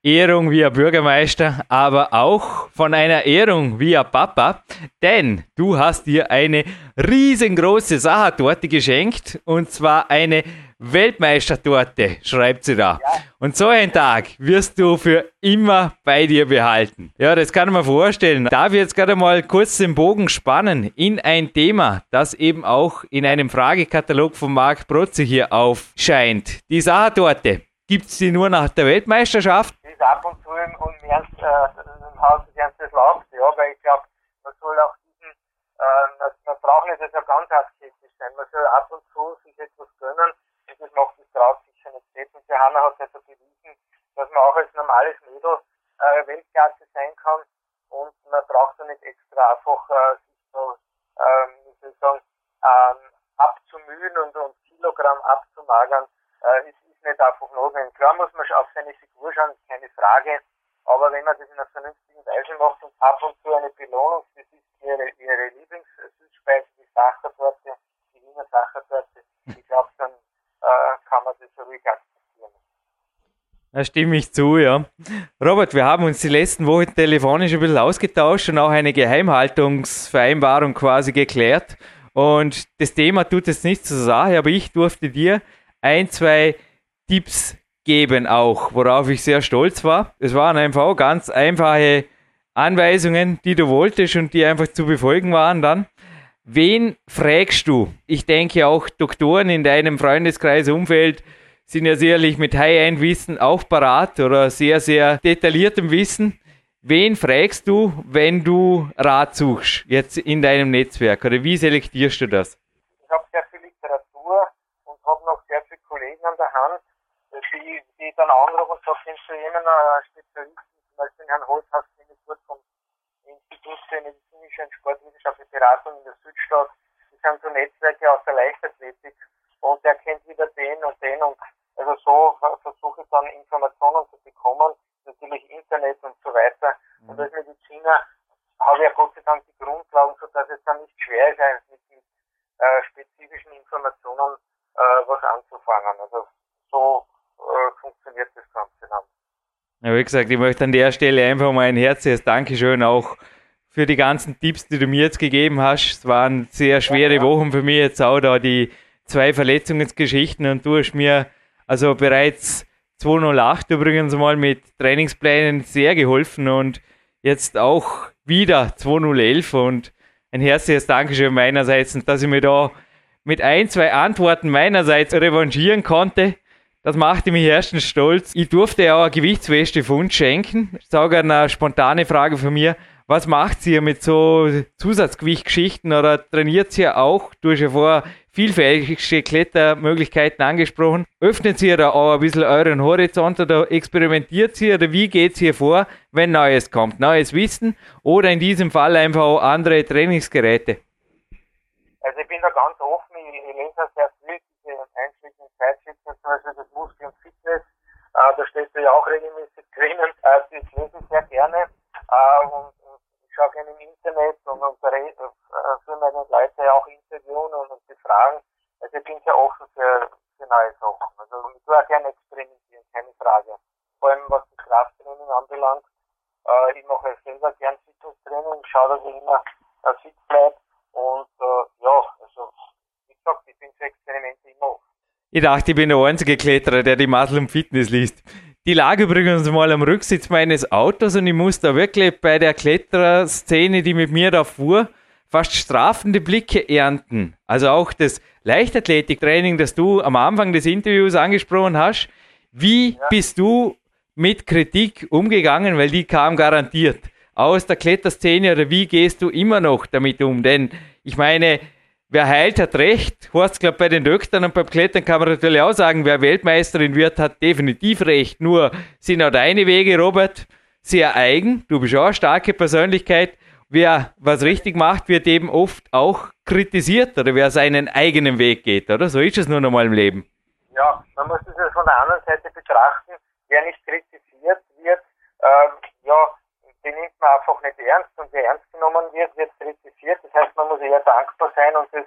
S2: Ehrung wie ein Bürgermeister, aber auch von einer Ehrung wie ein Papa, denn du hast ihr eine riesengroße Sachertorte geschenkt und zwar eine Weltmeistertorte, schreibt sie da. Und so einen Tag wirst du für immer bei dir behalten. Ja, das kann man vorstellen. Darf ich jetzt gerade mal kurz den Bogen spannen in ein Thema, das eben auch in einem Fragekatalog von Marc Protze hier aufscheint. Die Sachertorte. Gibt es die nur nach der Weltmeisterschaft?
S3: Die ist ab und zu im, im, Ernst, äh, im Haus des Ernstes Lauf, ja, weil ich glaube, man soll auch diesen, äh, man, man braucht nicht so ganz asketisch sein, man soll ab und zu sich etwas gönnen und das macht es drauf sicher nicht fett. Und die Hanna hat also bewiesen, dass man auch als normales Mädel äh, Weltklasse sein kann und man braucht da nicht extra einfach äh, sich so, ähm, wie soll ich sagen, ähm, abzumühen und, und Kilogramm abzumagern. Äh, es ist ist nicht einfach losnehmen. Klar muss man auf seine Figur schauen, keine Frage. Aber wenn man das in einer vernünftigen Weise macht und ab und zu eine Belohnung, das ist ihre, ihre Lieblingssüßspeise, die Sachertorte, die Wiener Sachertorte, ich glaube, dann äh, kann man das ruhig akzeptieren.
S2: Da stimme ich zu, ja. Robert, wir haben uns die letzten Wochen telefonisch ein bisschen ausgetauscht und auch eine Geheimhaltungsvereinbarung quasi geklärt. Und das Thema tut jetzt nichts zur Sache, aber ich durfte dir ein, zwei Tipps geben auch, worauf ich sehr stolz war. Es waren einfach ganz einfache Anweisungen, die du wolltest und die einfach zu befolgen waren dann. Wen fragst du? Ich denke auch Doktoren in deinem Freundeskreis, Umfeld sind ja sicherlich mit High-End-Wissen auch parat oder sehr, sehr detailliertem Wissen. Wen fragst du, wenn du Rat suchst, jetzt in deinem Netzwerk? Oder wie selektierst du das?
S3: Ich habe sehr viel Literatur und habe noch sehr viele Kollegen an der Hand, die, die dann anrufen und sagen, kennst du jemanden, äh, einen Spezialisten, zum Beispiel Herrn Holzhaus, den ich gut vom Institut für medizinische und sportwissenschaftliche Beratung in der Südstadt, das sind so Netzwerke aus der Leichtathletik und der kennt wieder den und den und also so versuche ich dann Informationen zu bekommen, natürlich Internet und so weiter. Und als Mediziner habe ich ja Gott sei Dank die Grundlagen, sodass es dann nicht schwer ist, eigentlich mit, mit äh, spezifischen Informationen äh, was anzufangen. Also so äh, funktioniert das Ganze dann.
S2: Ja, wie gesagt, ich möchte an der Stelle einfach mal ein herzliches Dankeschön auch für die ganzen Tipps, die du mir jetzt gegeben hast. Es waren sehr schwere
S3: Ja, ja.
S2: Wochen für mich jetzt auch da, die zwei Verletzungsgeschichten und du hast mir also bereits 208 übrigens mal mit Trainingsplänen sehr geholfen und jetzt auch wieder 2011 und ein herzliches Dankeschön meinerseits und dass ich mir da mit ein, zwei Antworten meinerseits revanchieren konnte. Das machte mich erstens stolz. Ich durfte auch eine Gewichtsweste von uns schenken. Ich sage eine spontane Frage von mir. Was macht ihr mit so Zusatzgewichtgeschichten oder trainiert ihr auch? Du hast ja vorher vielfältige Klettermöglichkeiten angesprochen. Öffnet ihr da auch ein bisschen euren Horizont oder experimentiert ihr oder wie geht ihr vor, wenn Neues kommt? Neues Wissen oder in diesem Fall einfach auch andere Trainingsgeräte?
S3: Also ich bin da ganz offen, ich, ich lese da sehr viel, diese einschlägigen Zeitschriften, zum Beispiel das Muskel und Fitness, äh, da stehst du ja auch regelmäßig drinnen, äh, das lese ich sehr gerne äh, und, und ich schaue gerne im Internet und, und re- äh, für meine Leute auch interviewen und, und befragen. Also ich bin sehr offen für, für neue Sachen. Also ich tue auch gerne experimentieren, keine Frage. Vor allem was das Krafttraining anbelangt, äh, ich mache selber gern Fitnesstraining, schaue, dass ich immer äh, fit bleibe und äh, ja, also wie gesagt, ich bin für Experimente immer offen.
S2: Ich dachte, ich bin der einzige Kletterer, der die Muscle und Fitness liest. Die lag übrigens mal am Rücksitz meines Autos und ich musste da wirklich bei der Klettererszene, die mit mir da fuhr, fast strafende Blicke ernten. Also auch das Leichtathletiktraining, das du am Anfang des Interviews angesprochen hast. Wie bist du mit Kritik umgegangen? Weil die kam garantiert aus der Kletterszene oder wie gehst du immer noch damit um? Denn ich meine, Wer heilt, hat recht. Horst, glaube bei den Döktern und beim Klettern kann man natürlich auch sagen, wer Weltmeisterin wird, hat definitiv recht. Nur sind auch deine Wege, Robert, sehr eigen. Du bist auch eine starke Persönlichkeit. Wer was richtig macht, wird eben oft auch kritisiert oder wer seinen eigenen Weg geht, oder? So ist es nur einmal im Leben.
S3: Ja, man muss das jetzt von der anderen Seite betrachten. Wer nicht kritisiert wird, ähm, ja, den nimmt man einfach nicht ernst und wer ernst genommen wird, wird kritisiert. Das heißt, man muss eher dankbar sein und das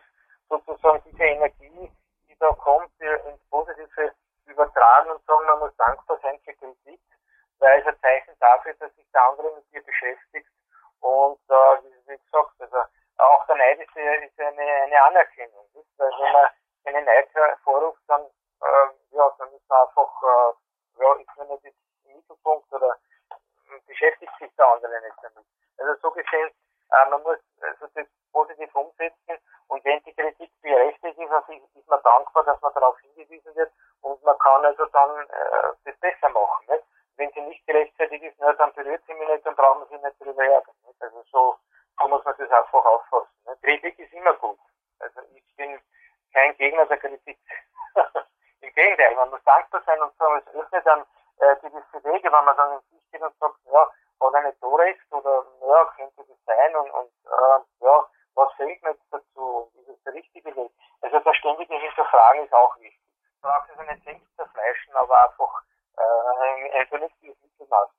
S3: sozusagen diese Energie, die da kommt, äh, ins Positive übertragen und sagen, man muss dankbar sein für Kritik, weil es ein Zeichen dafür ist, dass sich der andere mit dir beschäftigt und äh, wie wie gesagt, also auch der Neid ist, ja- ist ja eine, eine Anerkennung. Nicht? Weil wenn man einen Neid hervorruft, dann, äh, ja, dann ist man einfach, äh, ja, ist man nicht im Mittelpunkt oder äh, beschäftigt sich der andere nicht damit. Also so gesehen, äh, man muss also das positiv umsetzen und wenn die Kritik berechtigt ist, also ist ist man dankbar, dass man darauf hingewiesen wird und man kann also dann äh, das besser machen. Nicht? Wenn sie nicht gerechtfertigt ist, na, dann berührt sie mich nicht, dann braucht man sich nicht darüber ärgern. Nicht? Also so, so muss man das einfach auffassen. Nicht? Kritik ist immer gut. Also ich bin kein Gegner der Kritik. [LAUGHS] Im Gegenteil, man muss dankbar sein und sagen, es öffnet dann äh, gewisse Wege, wenn man dann in sich geht und sagt, ja, hat er nicht so recht oder ja, könnte das sein und, und äh, ja, was fehlt mir jetzt dazu? Ist es der richtige Weg? Also das ständige Hinterfragen ist auch wichtig. Man darf sich also nicht selbst zerfleischen Nation, aber einfach äh, ein vernünftiges Mittelmaß.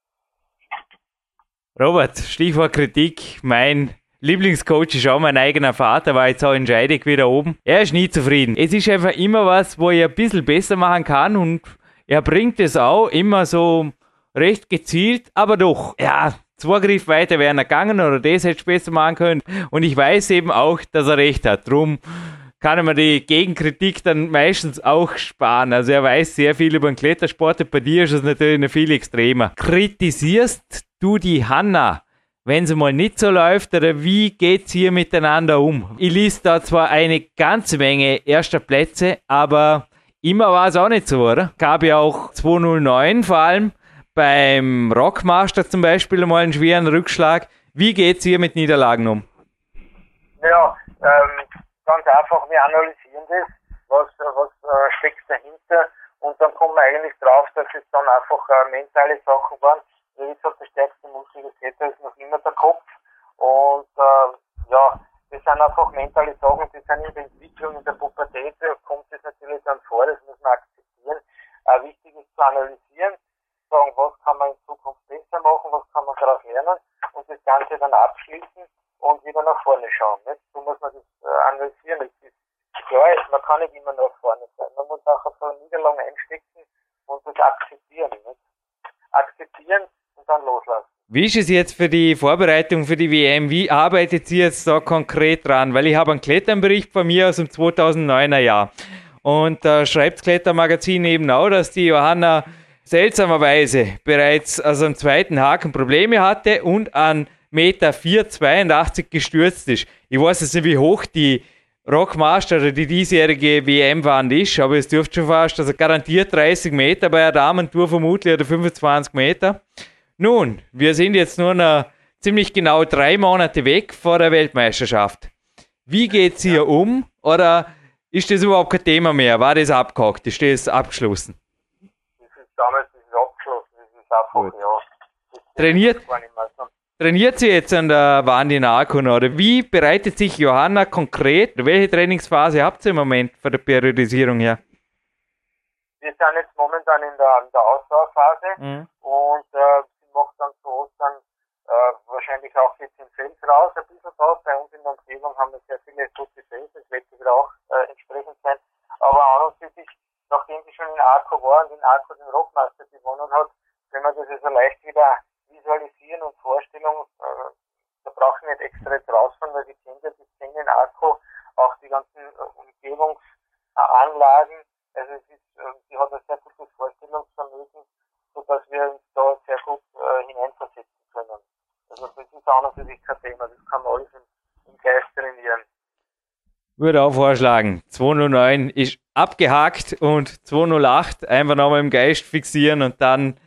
S2: Robert, Stichwort Kritik. Mein Lieblingscoach ist auch mein eigener Vater, war jetzt auch in Scheidegg wieder oben. Er ist nie zufrieden. Es ist einfach immer was, wo er ein bisschen besser machen kann und er bringt es auch immer so recht gezielt, aber doch, ja, zwei Griff weiter wären er gegangen oder das hätte ich besser machen können. Und ich weiß eben auch, dass er recht hat. Drum kann man die Gegenkritik dann meistens auch sparen. Also er weiß sehr viel über den Klettersport. Bei dir ist es natürlich noch viel extremer. Kritisierst du die Hanna, wenn es mal nicht so läuft, oder wie geht's hier miteinander um? Ich liest da zwar eine ganze Menge erster Plätze, aber immer war es auch nicht so, oder? Gab ja auch 209 vor allem beim Rockmaster zum Beispiel mal einen schweren Rückschlag. Wie geht's hier mit Niederlagen um?
S3: Ja, ähm, ganz einfach, wir analysieren das, was, was äh, steckt dahinter und dann kommen wir eigentlich drauf, dass es dann einfach äh, mentale Sachen waren. Wie gesagt, der stärkste Muskel des Täter ist noch immer der Kopf und äh, ja, das sind einfach mentale Sachen, die sind in der Entwicklung, in der Pubertät, da kommt das natürlich dann vor, das muss man akzeptieren. Äh, wichtig ist zu analysieren, sagen, was kann man in Zukunft besser machen, was kann man daraus lernen und das Ganze dann abschließen und wieder nach vorne schauen. Nicht? So muss man das äh, analysieren. Das ist klar, man kann nicht immer nach vorne sein. Man muss auch auf so eine Niederlage einstecken und das akzeptieren. Nicht? Akzeptieren und dann loslassen.
S2: Wie ist es jetzt für die Vorbereitung für die WM? Wie arbeitet ihr jetzt da konkret dran? Weil ich habe einen Kletternbericht von mir aus dem 2009er Jahr. Und da äh, schreibt das Klettermagazin eben auch, dass die Johanna seltsamerweise bereits also am zweiten Haken Probleme hatte und an Meter 482 gestürzt ist. Ich weiß jetzt nicht, wie hoch die Rockmaster oder die diesjährige WM waren ist, aber es dürfte schon fast, also garantiert 30 Meter bei einer Damentour vermutlich oder 25 Meter. Nun, wir sind jetzt nur noch ziemlich genau drei Monate weg vor der Weltmeisterschaft. Wie geht's hier um oder ist das überhaupt kein Thema mehr? War das abgehakt? Ist das abgeschlossen?
S3: damals ist es abgeschlossen, das ist einfach,
S2: Gut.
S3: ja. Das
S2: Trainiert?
S3: ist gar nicht mehr so.
S2: Trainiert sie jetzt an der Wandi Narkon oder wie bereitet sich Johanna konkret? Welche Trainingsphase habt ihr im Moment von der Periodisierung her?
S3: Wir sind jetzt momentan in der, in der Ausdauerphase und äh, sie macht dann zu Ostern äh, wahrscheinlich auch jetzt im Feld raus ein bisschen was. Bei uns in der Umgebung haben wir sehr viele gute Fans, das wird wieder auch äh, entsprechend sein. Aber an und für sich, nachdem sie schon in Arco war und in Arco den Rockmaster gewonnen hat, können wir das also leicht wieder visualisieren und Vorstellung, äh, da brauche ich nicht extra jetzt rausfahren, weil die Kinder, die kennen in Arco auch die ganzen äh, Umgebungsanlagen. Also es ist, äh, die hat ein sehr gutes Vorstellungsvermögen sodass wir uns da sehr gut äh, hineinversetzen können. Also das ist auch natürlich kein Thema, das kann man alles im, im Geist trainieren.
S2: Würde auch vorschlagen, 209 ist abgehakt und 208 einfach nochmal im Geist fixieren und dann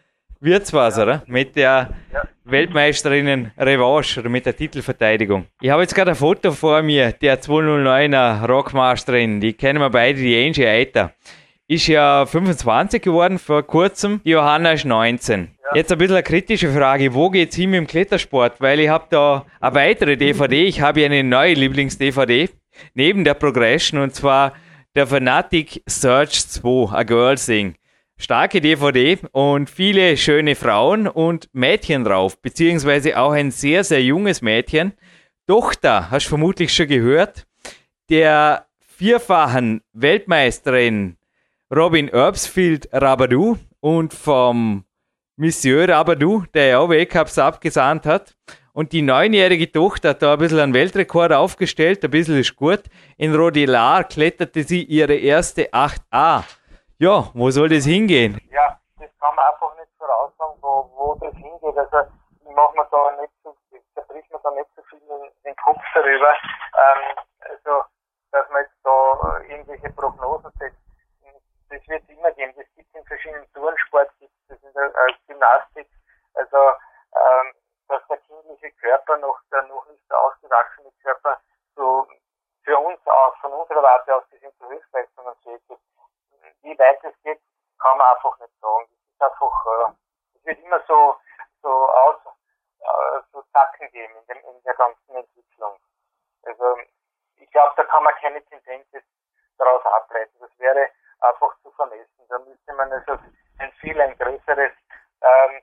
S2: wird's was, oder? Mit der
S3: Ja.
S2: Weltmeisterinnen Revanche oder mit der Titelverteidigung. Ich habe jetzt gerade ein Foto vor mir, der 209er Rockmasterin, die kennen wir beide, die Angie Eiter. Ist ja 25 geworden vor kurzem, die Johanna ist 19. Jetzt ein bisschen eine kritische Frage, wo geht's hin mit dem Klettersport? Weil ich habe da eine weitere DVD, ich habe ja eine neue Lieblings-DVD, neben der Progression und zwar der Fanatic Search 2, A Girl Thing. Starke DVD und viele schöne Frauen und Mädchen drauf, beziehungsweise auch ein sehr, sehr junges Mädchen. Tochter, hast du vermutlich schon gehört, der vierfachen Weltmeisterin Robin Erbsfield Rabadou und vom Monsieur Rabadou, der ja auch Weltcups abgesandt hat. Und die neunjährige Tochter hat da ein bisschen einen Weltrekord aufgestellt, ein bisschen ist gut. In Rodilar kletterte sie ihre erste 8a. Ja, wo soll das hingehen?
S3: Ja, das kann man einfach nicht voraussagen, wo, wo das hingeht. Also ich mach mir da nicht so, da bricht man da nicht so viel den, den Kopf darüber. Ähm, also, dass man jetzt da äh, irgendwelche Prognosen setzt. Das wird es immer geben. Das gibt es in verschiedenen Turnsport, gibt es in der äh, Gymnastik. Also, ähm, dass der kindliche Körper noch, der noch nicht ausgewachsene Körper so für uns auch, von unserer Warte aus bis hin zu Höchstleistungen fähig ist. Wie weit es geht, kann man einfach nicht sagen. Es ist einfach, äh, es wird immer so, so aus, äh, so Sacken geben in, dem, in der ganzen Entwicklung. Also, ich glaube, da kann man keine Tendenz jetzt daraus ableiten. Das wäre einfach zu vermessen. Da müsste man also ein viel ein größeres ähm,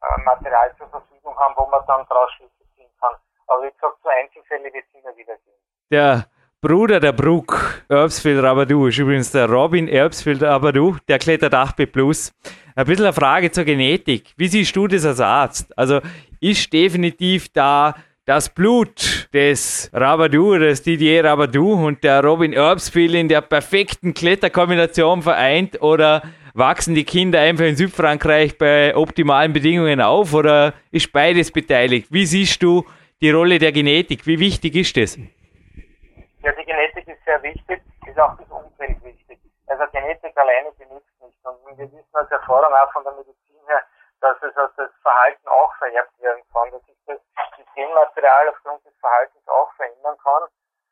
S3: Zahlenmaterial zur Verfügung haben, wo man dann daraus Schlüsse ziehen kann. Aber wie gesagt, so Einzelfälle wird es immer wieder geben.
S2: Der Bruder der Brooke, Erbsfield Rabadou, ist übrigens der Robin Erbsfield Rabadou, der klettert 8B+. Plus. Ein bisschen eine Frage zur Genetik. Wie siehst du das als Arzt? Also ist definitiv da das Blut des Rabadou, des Didier Rabadou und der Robin Erbsfield in der perfekten Kletterkombination vereint oder wachsen die Kinder einfach in Südfrankreich bei optimalen Bedingungen auf oder ist beides beteiligt? Wie siehst du die Rolle der Genetik? Wie wichtig ist das?
S3: Ja, die Genetik ist sehr wichtig, ist auch das Umfeld wichtig. Also Genetik alleine genügt nicht. Und wir wissen aus Erfahrung auch von der Medizin her, dass es also das Verhalten auch vererbt werden kann, dass sich das Genmaterial aufgrund des Verhaltens auch verändern kann.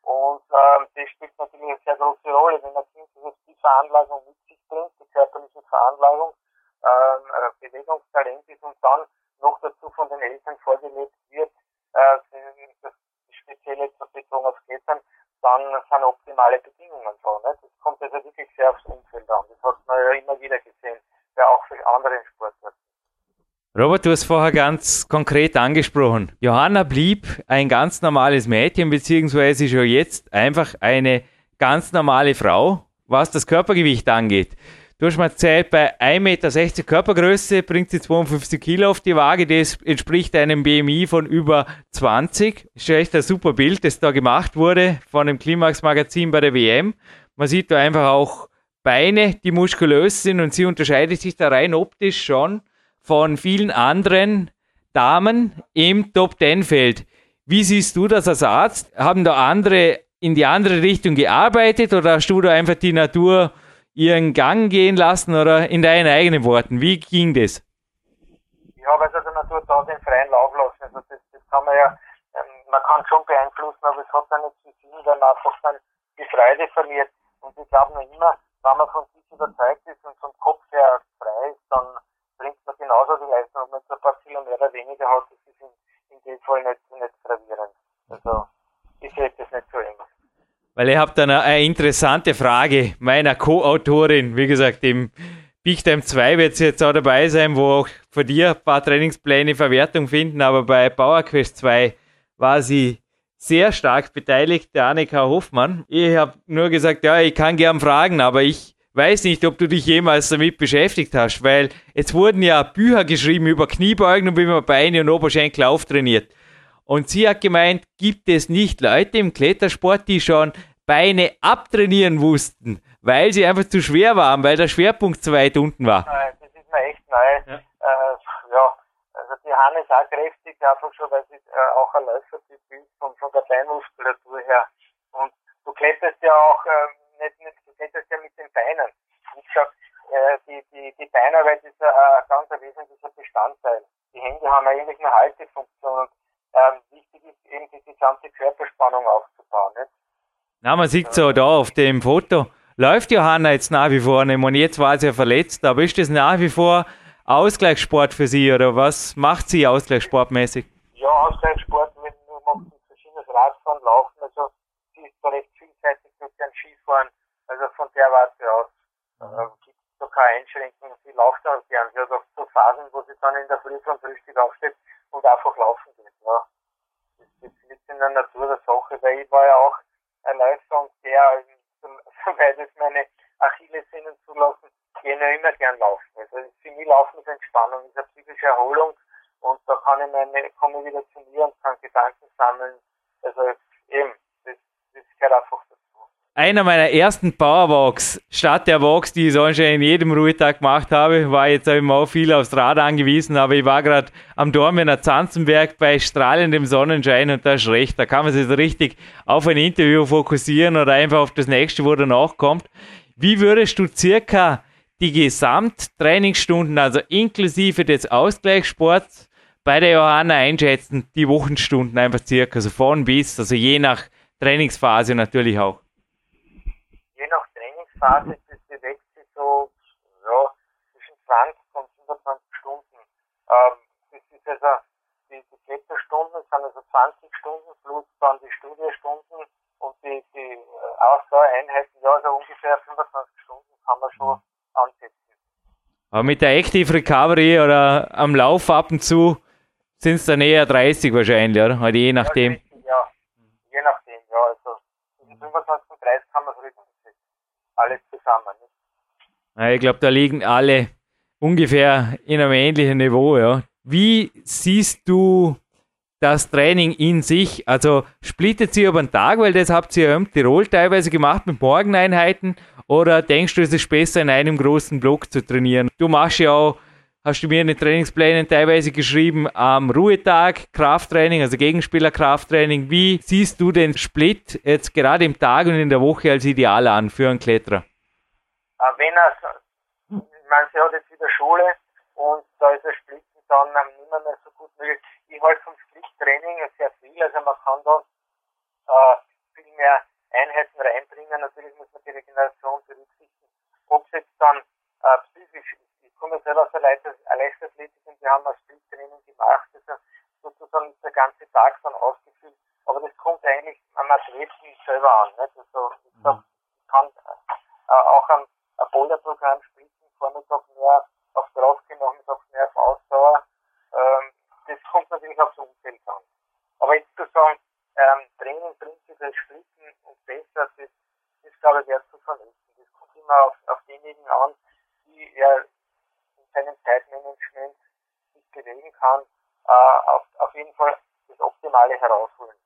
S3: Und ähm, das spielt natürlich eine sehr große Rolle, wenn ein Kind diese die Veranlagung mit sich bringt, die körperliche Veranlagung, ähm, äh, Bewegungstalent ist und dann noch dazu von den Eltern vorgelebt wird, äh, das spezielle zur Bezogen aufs Klettern, dann sind optimale Bedingungen so. Ne? Das kommt also wirklich sehr aufs Umfeld an. Das hat man ja immer wieder gesehen, ja auch für anderen Sportarten.
S2: Robert, du hast vorher ganz konkret angesprochen. Johanna blieb ein ganz normales Mädchen, beziehungsweise ist ja jetzt einfach eine ganz normale Frau, was das Körpergewicht angeht. Du hast mal erzählt, bei 1,60 Meter Körpergröße bringt sie 52 Kilo auf die Waage. Das entspricht einem BMI von über 20. Ist ja echt ein super Bild, das da gemacht wurde von dem Klimax-Magazin bei der WM. Man sieht da einfach auch Beine, die muskulös sind und sie unterscheidet sich da rein optisch schon von vielen anderen Damen im Top Ten Feld. Wie siehst du das als Arzt? Haben da andere in die andere Richtung gearbeitet oder hast du da einfach die Natur ihren Gang gehen lassen oder in deinen eigenen Worten? Wie ging das?
S3: Ich habe also der Natur da den freien Lauf lassen. Also das, das kann man ja, ähm, man kann schon beeinflussen, aber es hat dann nicht zu viel, weil man einfach dann die Freude verliert. Und ich glaube noch immer, wenn man von sich überzeugt ist und vom Kopf her frei ist, dann bringt man genauso die Leistung. Ob man jetzt ein paar Kilo mehr oder weniger hat, das ist in, in dem Fall nicht, nicht gravierend. Also, ich sehe das nicht so eng.
S2: Weil ihr habt dann eine, eine interessante Frage meiner Co-Autorin, wie gesagt, im Big Time 2 wird sie jetzt auch dabei sein, wo auch von dir ein paar Trainingspläne Verwertung finden, aber bei Power Quest 2 war sie sehr stark beteiligt, der Annika Hofmann. Ich habe nur gesagt, ja, ich kann gern fragen, aber ich weiß nicht, ob du dich jemals damit beschäftigt hast, weil jetzt wurden ja Bücher geschrieben über Kniebeugen und wie man Beine und Oberschenkel auftrainiert. Und sie hat gemeint, gibt es nicht Leute im Klettersport, die schon Beine abtrainieren wussten, weil sie einfach zu schwer waren, weil der Schwerpunkt zu weit unten war.
S3: Nein, das ist mir echt neu. Ja, äh, ja. also die Hanne ist auch kräftig, einfach schon, weil sie äh, auch ein Läufertyp ist von, von der Beinmuskulatur her. Und du kletterst ja auch äh, nicht, nicht, du kletterst ja mit den Beinen. Wie gesagt, äh, die, die, die Beinarbeit ist äh, ein ganz ein wesentlicher Bestandteil. Die Hände haben eigentlich eine Haltefunktion. Ähm, wichtig ist eben die gesamte Körperspannung aufzubauen. Nicht?
S2: Na, man sieht so da auf dem Foto. Läuft Johanna jetzt nach wie vor nicht? Und jetzt war sie ja verletzt, aber ist das nach wie vor Ausgleichssport für sie oder was macht sie ausgleichssportmäßig?
S3: Ja, Ausgleichssport, wir machen verschiedenes Radfahren, Laufen, also sie ist da recht vielseitig durch den Skifahren, also von der Warte aus äh, gibt es da keine Einschränkungen, sie läuft auch gern, sie hat auch so Phasen, wo sie dann in der Früh vom Frühstück aufsteht und einfach laufen geht. Ja. Das, das liegt in der Natur der Sache, weil ich war ja auch ein Läufer und der, also, [LAUGHS] soweit es meine Achillessehnen zulassen, gehe ja immer gern laufen. Also für mich Laufen ist Entspannung, ist eine psychische Erholung und da kann ich meine, komme ich wieder zu mir und kann Gedanken sammeln. Also eben, das, das gehört einfach dazu.
S2: Einer meiner ersten Powerwalks, statt der Walks, die ich sonst in jedem Ruhetag gemacht habe, war jetzt eben auch viel aufs Rad angewiesen, aber ich war gerade am Dormener Zanzenberg bei strahlendem Sonnenschein und da ist recht, da kann man sich so richtig auf ein Interview fokussieren oder einfach auf das nächste, wo danach kommt. Wie würdest du circa die Gesamttrainingsstunden, also inklusive des Ausgleichssports, bei der Johanna einschätzen, die Wochenstunden einfach circa, so von bis, also je nach Trainingsphase natürlich auch?
S3: je nach Trainingsphase, das bewegt sich so ja, zwischen 20 und 25 Stunden. Ähm, das ist also, die, die Kletterstunden sind also 20 Stunden plus dann die äh, Studiestunden und die, die Ausdauereinheiten, ja, also ungefähr 25 Stunden kann man schon
S2: Aber mit der Active Recovery oder am Lauf ab und zu sind es dann eher 30 wahrscheinlich, oder? Halt je nachdem.
S3: Ja, je nachdem, ja. Also zwischen 25 und 30 haben wir es richtig. Alles zusammen. Nicht?
S2: Ja, ich glaube, da liegen alle ungefähr in einem ähnlichen Niveau, ja. Wie siehst du das Training in sich? Also splittet sie über den Tag, weil das habt ihr im Tirol teilweise gemacht mit Morgeneinheiten oder denkst du, es ist besser in einem großen Block zu trainieren? Du machst ja auch, hast du mir in den Trainingsplänen teilweise geschrieben, am Ruhetag Krafttraining, also Gegenspieler Krafttraining. Wie siehst du den Split jetzt gerade im Tag und in der Woche als ideal an für einen Kletterer?
S3: Äh, wenn er, ich meine, sie hat jetzt wieder Schule und da ist das Splitten dann nicht mehr so gut möglich. Ich halte vom Splittraining sehr viel, also man kann da äh, viel mehr Einheiten reinbringen. Natürlich muss man die Regeneration berücksichtigen. Ob es jetzt dann äh, psychisch, ich komme selber aus der Leichtath- Leichtathletik und wir haben ein Splittraining gemacht, also sozusagen ist der ganze Tag dann ausgefüllt. Aber das kommt eigentlich am Athleten selber an. Nicht? Also ich glaub, ich kann äh, auch am ein Boulder-Programm sprinten, Vormittag mehr auf Draufgehen, Nachmittag mehr auf Ausdauer. Ähm, das kommt natürlich aufs Umfeld an. Aber jetzt zu sagen, ähm, Training, prinzipiell Sprinten und besser, das ist, glaube ich, wert zu vermessen. Das kommt immer auf, auf diejenigen an, die er in seinem Zeitmanagement sich bewegen kann, äh, auf, auf jeden Fall das Optimale herausholen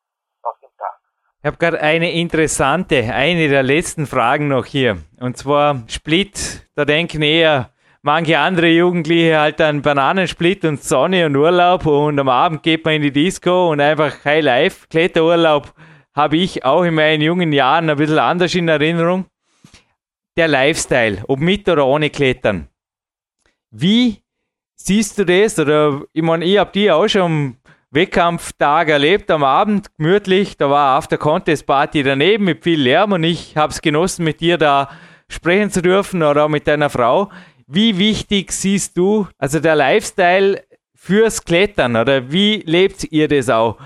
S3: aus dem Tag.
S2: Ich habe gerade eine interessante, eine der letzten Fragen noch hier. Und zwar Split, da denken eher manche andere Jugendliche halt an Bananensplit und Sonne und Urlaub und am Abend geht man in die Disco und einfach High Life. Kletterurlaub habe ich auch in meinen jungen Jahren ein bisschen anders in Erinnerung. Der Lifestyle, ob mit oder ohne Klettern. Wie siehst du das? Oder ich meine, ich habe die auch schon Wettkampftag erlebt am Abend, gemütlich. Da war After Contest Party daneben mit viel Lärm und ich habe es genossen, mit dir da sprechen zu dürfen oder auch mit deiner Frau. Wie wichtig siehst du, also der Lifestyle fürs Klettern oder wie lebt ihr das auch?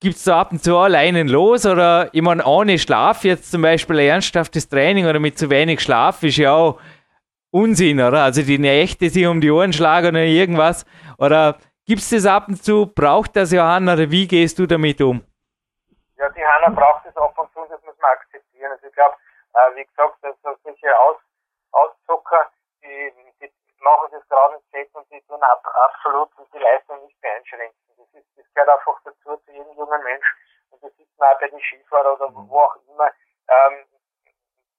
S2: Gibt es da ab und zu alleinen los oder ich meine, ohne Schlaf jetzt zum Beispiel ein ernsthaftes Training oder mit zu wenig Schlaf ist ja auch Unsinn, oder? Also die Nächte sich um die Ohren schlagen oder irgendwas. Oder Gibt es das ab und zu? Braucht das Johanna oder wie gehst du damit um?
S3: Ja, die Hanna braucht es ab und zu, das muss man akzeptieren. Also ich glaube, äh, wie gesagt, dass so solche Aus Auszucker, die, die machen das gerade im Set und die tun ab, absolut die Leistung nicht beeinschränken. Das, ist, das gehört einfach dazu zu jedem jungen Mensch. Und das sieht man auch bei den Skifahrern oder wo- wo auch immer. Ähm,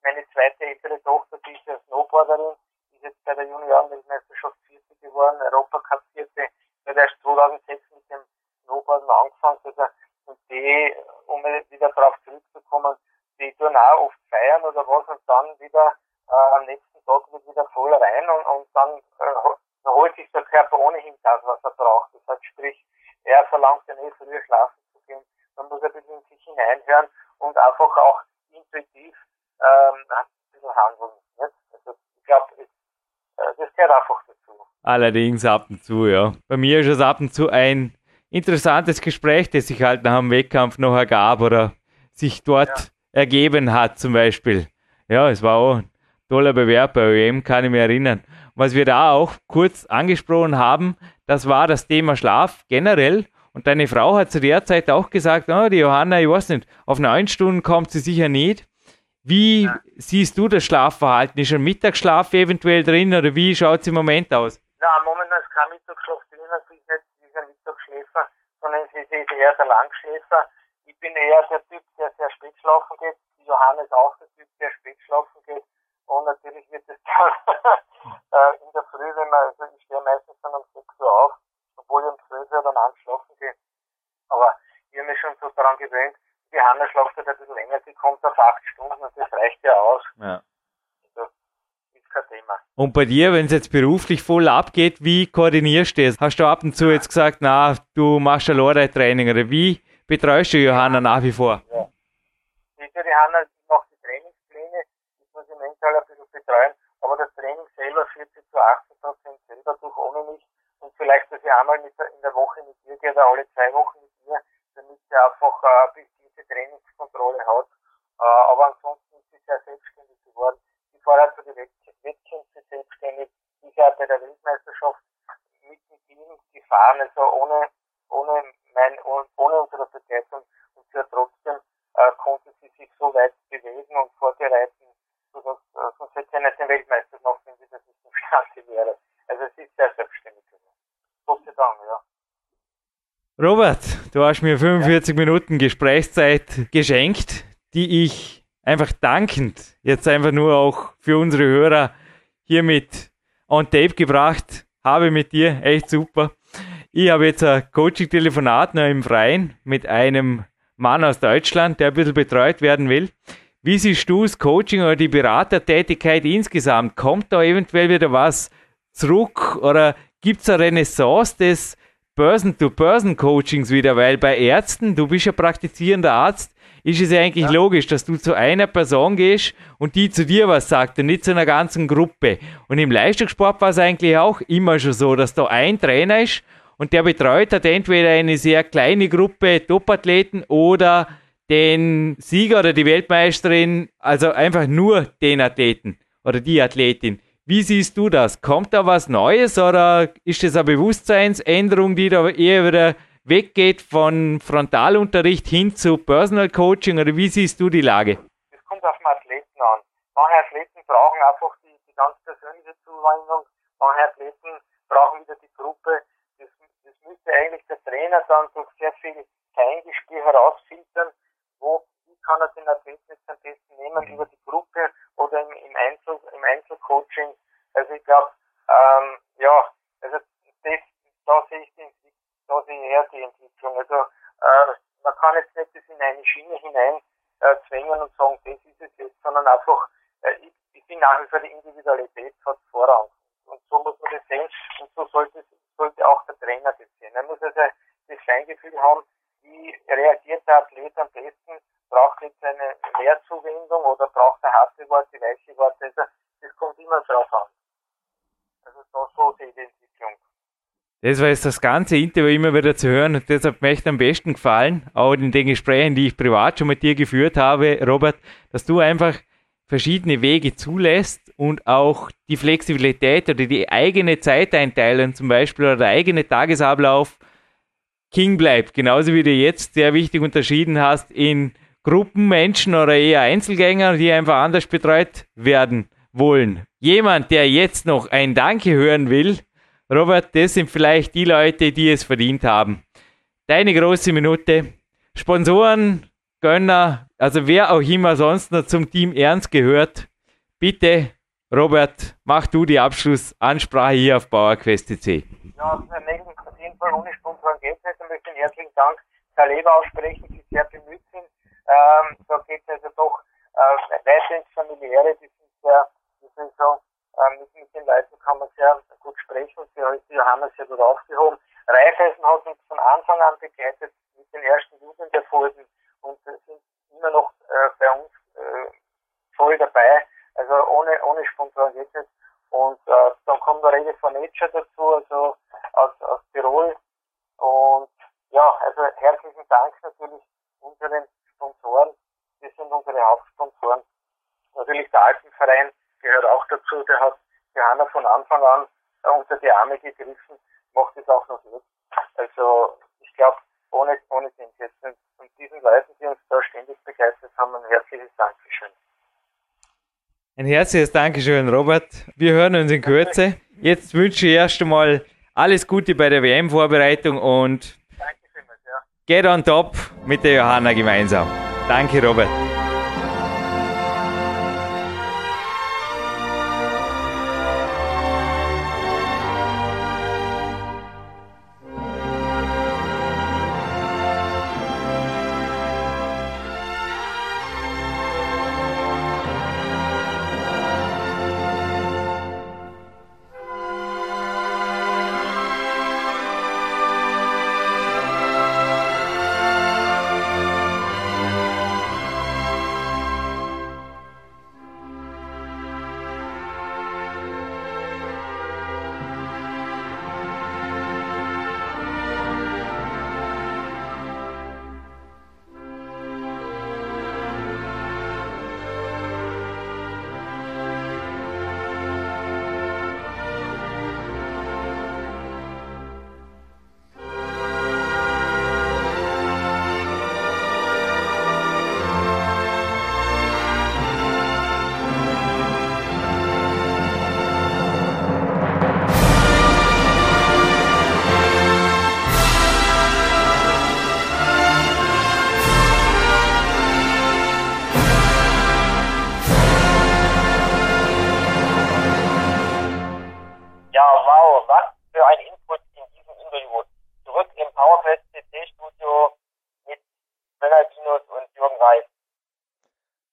S3: meine zweite ältere Tochter, die ist ja Snowboarderin, ist jetzt bei der Juniorenweltmeisterschaft 40 geworden, Europacup 40 weil der erst 2006 mit dem Snowboarden angefangen hat. Also, und die, um wieder darauf zurückzukommen, die tun auch oft feiern oder was und dann wieder äh, am nächsten Tag wird wieder voll rein und, und dann äh, ho- dann holt sich der Körper ohnehin das, was er braucht. Das heißt, sprich, er verlangt ja nicht früher schlafen zu gehen. Man muss ein bisschen in sich hineinhören und einfach auch intuitiv ähm, ein bisschen handeln. Nicht? Also, ich glaube, das gehört einfach dazu.
S2: Allerdings ab und zu, ja. Bei mir ist es ab und zu ein interessantes Gespräch, das sich halt nach dem Wettkampf noch ergab oder sich dort ergeben hat, zum Beispiel. Ja, es war auch ein toller Bewerb bei OEM, kann ich mich erinnern. Was wir da auch kurz angesprochen haben, das war das Thema Schlaf generell. Und deine Frau hat zu der Zeit auch gesagt, oh, die Johanna, ich weiß nicht, auf neun Stunden kommt sie sicher nicht. Wie siehst du das Schlafverhalten? Ist ein Mittagsschlaf eventuell drin oder wie schaut es im Moment aus?
S3: Na, momentan ist kein Mittagsschlaf drin, also ich nicht dieser Mittagsschläfer, sondern sie ist eher der Langschläfer. Ich bin eher der Typ, der sehr spät schlafen geht. Die Johanna ist auch der Typ, der spät schlafen geht. Und natürlich wird es [LAUGHS] dann äh, in der Früh, wenn man, also ich stehe meistens dann um 6 Uhr auf, obwohl ich um 12 Uhr dann anschlafen gehe. Aber ich habe mich schon so daran gewöhnt. Die Hanna schlaft halt ein bisschen länger, die kommt auf 8 Stunden und das reicht ja aus.
S2: Ja.
S3: Das ist kein Thema.
S2: Und bei dir, wenn es jetzt beruflich voll abgeht, wie koordinierst du das? Hast du ab und zu jetzt gesagt, na, du machst ein Lorei-Training oder wie betreust du Johanna nach wie vor?
S3: Ich würde Hanna macht die Trainingspläne, ich muss sie mental ein bisschen betreuen, aber das Training selber führt sie zu 80 Prozent selber durch ohne mich und vielleicht, dass ich einmal mit der, in der Woche mit ihr gehe oder alle zwei Wochen mit ihr, damit sie einfach äh, bis diese Trainingskontrolle hat. Äh, aber ansonsten also ist sie sehr selbstständig geworden. Sie fährt auch zu den Wettkämpfen selbstständig, ist ja bei der Welt also äh, ja nicht den Weltmeister gemacht, wenn sie das nicht imstande wäre. Also es ist sehr selbstständig geworden. Gott sei Dank, ja.
S2: Robert, du hast mir 45 Minuten Gesprächszeit geschenkt, die ich einfach dankend jetzt einfach nur auch für unsere Hörer hiermit on tape gebracht habe mit dir. Echt super. Ich habe jetzt ein Coaching-Telefonat noch im Freien mit einem Mann aus Deutschland, der ein bisschen betreut werden will. Wie siehst du das Coaching oder die Beratertätigkeit insgesamt? Kommt da eventuell wieder was zurück oder gibt es eine Renaissance des Person-to-Person-Coachings wieder? Weil bei Ärzten, du bist ja praktizierender Arzt, ist es ja eigentlich
S3: Ja.
S2: logisch, dass du zu einer Person gehst und die zu dir was sagt und nicht zu einer ganzen Gruppe. Und im Leistungssport war es eigentlich auch immer schon so, dass da ein Trainer ist und der betreut hat entweder eine sehr kleine Gruppe Topathleten oder den Sieger oder die Weltmeisterin, also einfach nur den Athleten oder die Athletin. Wie siehst du das? Kommt da was Neues oder ist das eine Bewusstseinsänderung, die da eher wieder weggeht von Frontalunterricht hin zu Personal Coaching oder wie siehst du die Lage?
S3: Das kommt auf den Athleten an. Manche Athleten brauchen einfach die, die ganz persönliche Zuwendung. Manche Athleten brauchen wieder die Gruppe. Das, das müsste eigentlich der Trainer dann durch sehr viel Feingespiel herausfiltern, wo, wie kann er den Athleten jetzt am besten nehmen, über die Gruppe oder im, im, Einzel, im Einzelcoaching. Also ich glaube, ähm, ja, also das, da sehe ich die, Entwick- da sehe ich eher die Entwicklung. Also äh, man kann jetzt nicht das in eine Schiene hinein äh, zwängen und sagen, das ist es jetzt, sondern einfach, äh, ich, ich bin nach wie vor die Individualität hat Vorrang. Und so muss man das sehen und so sollte, sollte auch der Trainer das sehen. Er muss also das Feingefühl haben, wie reagiert der Athlet am besten, braucht er jetzt eine Mehrzuwendung oder braucht er harte Worte, weiche Worte, also das kommt immer drauf an. Also so, so sehe ich die Entwicklung.
S2: Das war jetzt das ganze Interview immer wieder zu hören und deshalb mir echt am besten gefallen, auch in den Gesprächen, die ich privat schon mit dir geführt habe, Robert, dass du einfach verschiedene Wege zulässt und auch die Flexibilität oder die eigene Zeiteinteilung zum Beispiel oder der eigene Tagesablauf King bleibt. Genauso wie du jetzt sehr wichtig unterschieden hast in Gruppenmenschen oder eher Einzelgänger, die einfach anders betreut werden wollen. Jemand, der jetzt noch ein Danke hören will, Robert, das sind vielleicht die Leute, die es verdient haben. Deine große Minute. Sponsoren, Gönner, also wer auch immer sonst noch zum Team Ernst gehört, bitte, Robert, mach du die Abschlussansprache hier auf BauerQuest.de.
S3: Ja, also Herr Mengel, auf jeden Fall ohne Sponsoren geht nicht. Ich möchte einen herzlichen Dank der Leber aussprechen, die sehr bemüht sind. Ähm, da geht es also doch äh, weiter ins Familiäre. Die sind sehr, wie soll ich sagen, ähm, mit, mit den Leuten kann man sehr gut sprechen. Sie hat die Johanna sehr gut aufgehoben. Raiffeisen hat uns von Anfang an begleitet mit den ersten Jugenderfolgen und äh, sind immer noch äh, bei uns äh, voll dabei. Also ohne, ohne Sponsoren geht es. Und äh, dann kommt der Rede von Nature dazu, also aus, aus Tirol. Und ja, also herzlichen Dank natürlich unseren Sponsoren. Das sind unsere Hauptsponsoren. Natürlich der Alpenverein gehört auch dazu. Der hat Johanna von Anfang an äh, unter die Arme gegriffen, macht es auch noch jetzt. Also ich glaube, ohne, ohne den jetzt und, und diesen Leuten, die uns da ständig begeistert haben, ein herzliches Dankeschön.
S2: Ein herzliches Dankeschön, Robert. Wir hören uns in Kürze. Jetzt wünsche ich erst einmal alles Gute bei der WM-Vorbereitung und
S3: Danke vielmals, ja.
S2: get on top mit der Johanna gemeinsam. Danke, Robert.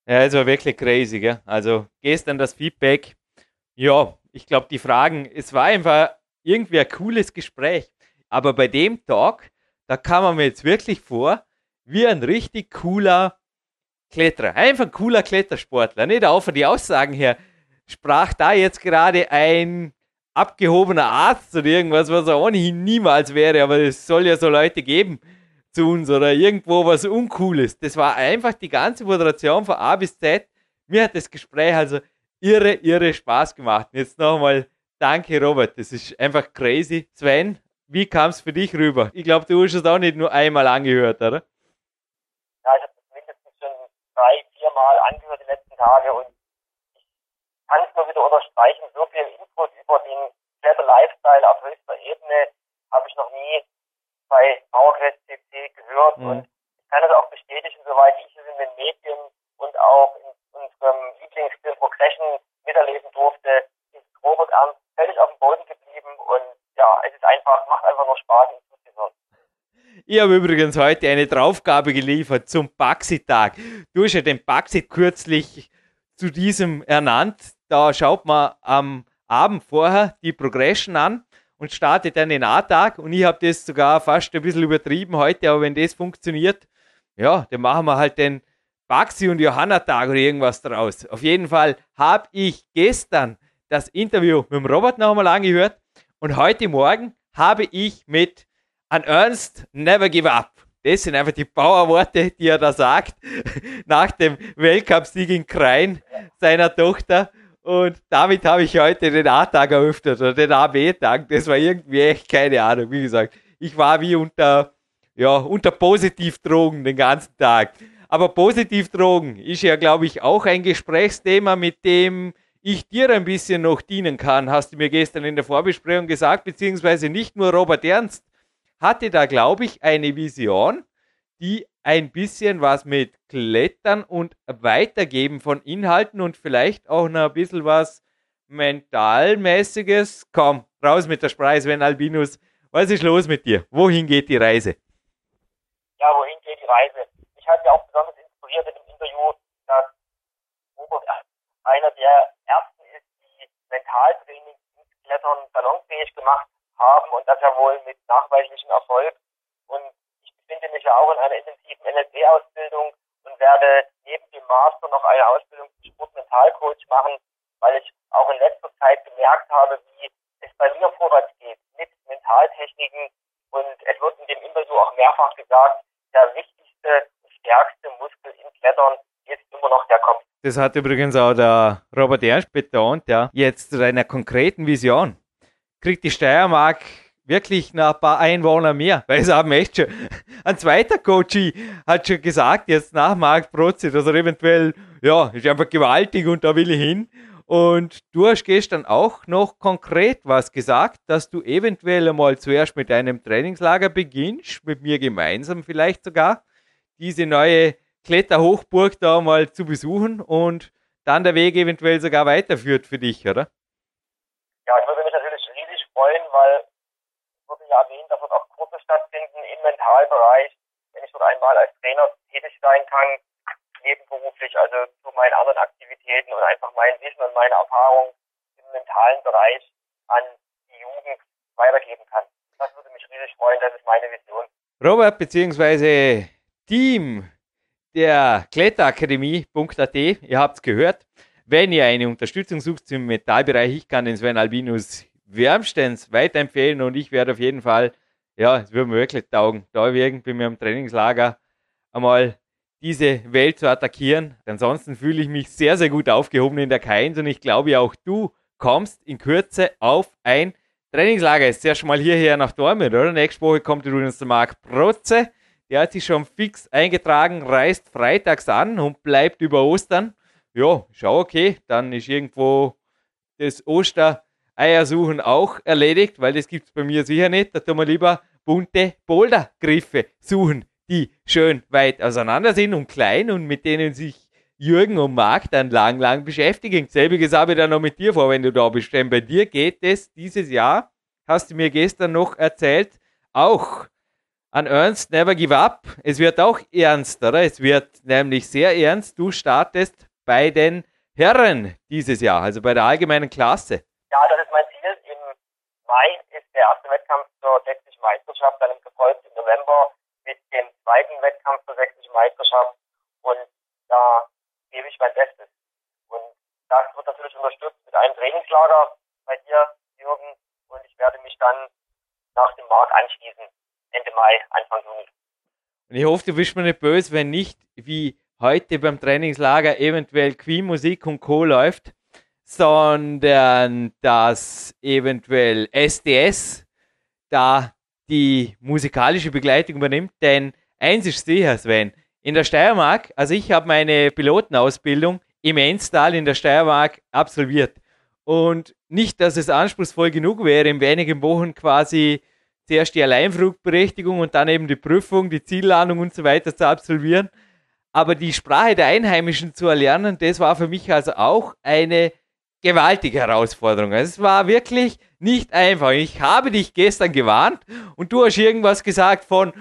S2: Ja, es war wirklich crazy, gell? Also gestern das Feedback. Ja, ich glaube, die Fragen, es war einfach irgendwie ein cooles Gespräch. Aber bei dem Talk, da kam man mir jetzt wirklich vor, wie ein richtig cooler Kletterer. Einfach ein cooler Klettersportler. Nicht auch von die Aussagen her. Sprach da jetzt gerade ein abgehobener Arzt oder irgendwas, was er ohnehin niemals wäre, aber es soll ja so Leute geben zu uns oder irgendwo was Uncooles. Das war einfach die ganze Moderation von A bis Z. Mir hat das Gespräch also irre, irre Spaß gemacht. Und jetzt nochmal danke, Robert. Das ist einfach crazy. Sven, wie kam es für dich rüber? Ich glaube, du hast es auch nicht nur einmal angehört, oder?
S3: Ja, ich habe das mindestens schon drei, vier Mal angehört die letzten Tage und ich kann es nur wieder unterstreichen, so viel Input über den Kletter-Lifestyle auf höchster Ebene habe ich noch nie bei PowerQuest CC gehört
S2: Mhm.
S3: und ich kann das auch bestätigen, soweit ich es in den Medien und auch in unserem Lieblingsfilm Progression miterleben durfte, ist Robert Ernst völlig auf dem Boden geblieben und ja, es ist einfach, macht einfach nur Spaß, ihn zuzuhören.
S2: Ich habe übrigens heute eine Draufgabe geliefert zum Baxi-Tag. Du hast ja den Baxi kürzlich zu diesem ernannt. Da schaut man am Abend vorher die Progression an und startet dann den A-Tag. Und ich habe das sogar fast ein bisschen übertrieben heute, aber wenn das funktioniert, ja, dann machen wir halt den Baxi- und Johanna-Tag oder irgendwas draus. Auf jeden Fall habe ich gestern das Interview mit dem Robert nochmal angehört und heute Morgen habe ich mit an Ernst, never give up. Das sind einfach die Powerworte, die er da sagt, [LAUGHS] nach dem Weltcupsieg in Krein seiner Tochter. Und damit habe ich heute den A-Tag eröffnet oder den AB-Tag. Das war irgendwie echt keine Ahnung. Wie gesagt, ich war wie unter, ja, unter Positivdrogen den ganzen Tag. Aber Positivdrogen ist ja, glaube ich, auch ein Gesprächsthema, mit dem ich dir ein bisschen noch dienen kann, hast du mir gestern in der Vorbesprechung gesagt, beziehungsweise nicht nur Robert Ernst, hatte da, glaube ich, eine Vision, die ein bisschen was mit Klettern und Weitergeben von Inhalten und vielleicht auch noch ein bisschen was Mentalmäßiges. Komm, raus mit der Spreis, wenn Albinus. Was ist los mit dir? Wohin geht die Reise?
S3: ja, wohin geht die Reise? Mich hat ja auch besonders inspiriert in dem Interview, dass Robert Ernst einer der Ärzte ist, die Mentaltraining ins Klettern salonfähig gemacht haben und das ja wohl mit nachweislichem Erfolg. Und ich befinde mich ja auch in einer intensiven NLP-Ausbildung und werde neben dem Master noch eine Ausbildung zum Sportmentalcoach machen, weil ich auch in letzter Zeit gemerkt habe, wie es bei mir vorwärts geht mit Mentaltechniken und es wird in dem Interview auch mehrfach gesagt, der wichtigste und stärkste Muskel im Klettern ist immer noch der Kopf.
S2: Das hat übrigens auch der Robert Ernst betont, ja. Jetzt zu deiner konkreten Vision. Kriegt die Steiermark wirklich noch ein paar Einwohner mehr? Weil es haben echt schon. [LAUGHS] Ein zweiter Coachy hat schon gesagt, jetzt nach Mark Prozit, also eventuell, ja, ist einfach gewaltig und da will ich hin. Und du hast gestern auch noch konkret was gesagt, dass du eventuell einmal zuerst mit einem Trainingslager beginnst, mit mir gemeinsam vielleicht sogar diese neue Kletterhochburg da mal zu besuchen und dann der Weg eventuell sogar weiterführt für dich, oder?
S3: Ja, ich würde mich natürlich riesig freuen, weil es wurde ja erwähnt, da wird auch Kurse stattfinden im Mentalbereich, wenn ich dort einmal als Trainer tätig sein kann, nebenberuflich, also zu meinen anderen Aktivitäten und einfach mein Wissen und meine Erfahrung im mentalen Bereich an die Jugend weitergeben kann. Das würde mich riesig freuen, das ist meine Vision.
S2: Robert bzw. Team der Kletterakademie.at, ihr habt es gehört. Wenn ihr eine Unterstützung sucht im Metallbereich, ich kann den Sven Albinus wärmstens weiterempfehlen und ich werde auf jeden Fall, ja, es würde mir wirklich taugen, da irgendwie mir im Trainingslager einmal diese Welt zu attackieren. Ansonsten fühle ich mich sehr, sehr gut aufgehoben in der K1 und ich glaube ja auch du kommst in Kürze auf ein Trainingslager ist zuerst mal hierher nach Dortmund, oder? Nächste Woche kommt übrigens der Marc Protze. Der hat sich schon fix eingetragen, reist freitags an und bleibt über Ostern. Ja, schau, okay. Dann ist irgendwo das Ostereiersuchen auch erledigt, weil das gibt es bei mir sicher nicht. Da tun wir lieber bunte Bouldergriffe suchen, die schön weit auseinander sind und klein und mit denen sich Jürgen und Marc dann lang, lang beschäftigen. Selbiges habe ich dann noch mit dir vor, wenn du da bist. Denn bei dir geht es dieses Jahr, hast du mir gestern noch erzählt, auch an Ernst Never Give Up. Es wird auch ernst, oder? Es wird nämlich sehr ernst. Du startest bei den Herren dieses Jahr, also bei der allgemeinen Klasse.
S3: Ja, das ist mein Ziel. Im Mai ist der erste Wettkampf zur sächsischen Meisterschaft, dann gefolgt im November mit dem zweiten Wettkampf zur sächsischen Meisterschaft und da gebe ich mein Bestes. Und das wird natürlich unterstützt mit einem Trainingslager bei dir, Jürgen, und ich werde mich dann nach dem Markt anschließen, Ende Mai, Anfang Juni.
S2: Und ich hoffe, du bist mir nicht böse, wenn nicht wie heute beim Trainingslager eventuell Queen Musik und Co. läuft, sondern dass eventuell SDS da die musikalische Begleitung übernimmt. Denn eins ist sicher, Sven, in der Steiermark, also ich habe meine Pilotenausbildung im Enstal in der Steiermark absolviert. Und nicht, dass es anspruchsvoll genug wäre, in wenigen Wochen quasi zuerst die Alleinflugberechtigung und dann eben die Prüfung, die Ziellandung und so weiter zu absolvieren. Aber die Sprache der Einheimischen zu erlernen, das war für mich also auch eine gewaltige Herausforderung. Also Es war wirklich nicht einfach. Ich habe dich gestern gewarnt und du hast irgendwas gesagt von,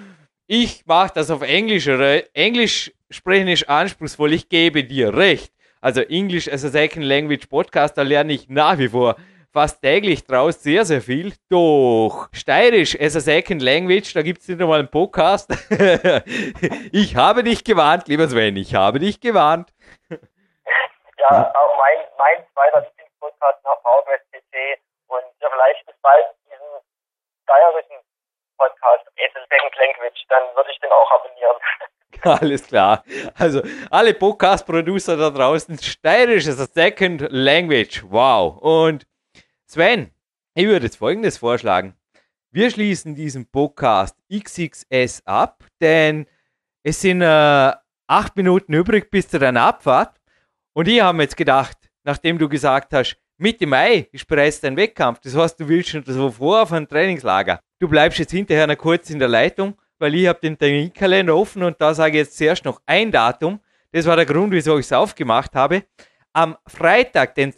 S2: ich mache das auf Englisch oder Englisch sprechen ist anspruchsvoll, ich gebe dir recht. Also English as a Second Language Podcast, da lerne ich nach wie vor fast täglich draus sehr, sehr viel. Doch Steirisch as a Second Language, da gibt es nicht einmal einen Podcast. [LAUGHS] ich habe dich gewarnt, lieber Sven, ich habe dich gewarnt.
S3: Ja, auch mein, mein zweiter Lieblingspodcast nach VfSTC und ja, vielleicht bis bald diesen steirischen Podcast, Essel Second Language, dann würde ich den auch abonnieren.
S2: [LAUGHS] Alles klar. Also alle Podcast-Producer da draußen, Steirisch ist das Second Language. Wow. Und Sven, ich würde jetzt Folgendes vorschlagen. Wir schließen diesen Podcast XXS ab, denn es sind äh, acht Minuten übrig bis zu deiner Abfahrt. Und ich habe mir jetzt gedacht, nachdem du gesagt hast, Mitte Mai ist bereits dein Wettkampf. Das heißt, du willst schon so vor auf ein Trainingslager. Du bleibst jetzt hinterher noch kurz in der Leitung, weil ich habe den Terminkalender offen und da sage ich jetzt zuerst noch ein Datum. Das war der Grund, wieso ich es aufgemacht habe. Am Freitag, den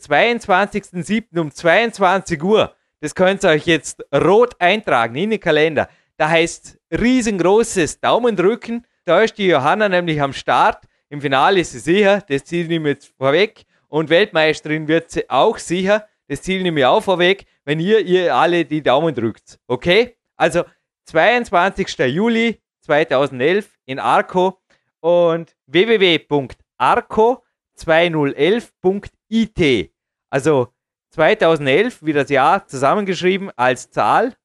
S2: 22.07. um 22 Uhr, das könnt ihr euch jetzt rot eintragen in den Kalender. Da heißt riesengroßes Daumen drücken. Da ist die Johanna nämlich am Start. Im Finale ist sie sicher, das Ziel nehme ich jetzt vorweg. Und Weltmeisterin wird sie auch sicher, das Ziel nehme ich auch vorweg, wenn ihr ihr alle die Daumen drückt. Okay? Also 22. Juli 2011 in Arco und www.arco2011.it. Also 2011, wie das Jahr zusammengeschrieben als Zahl.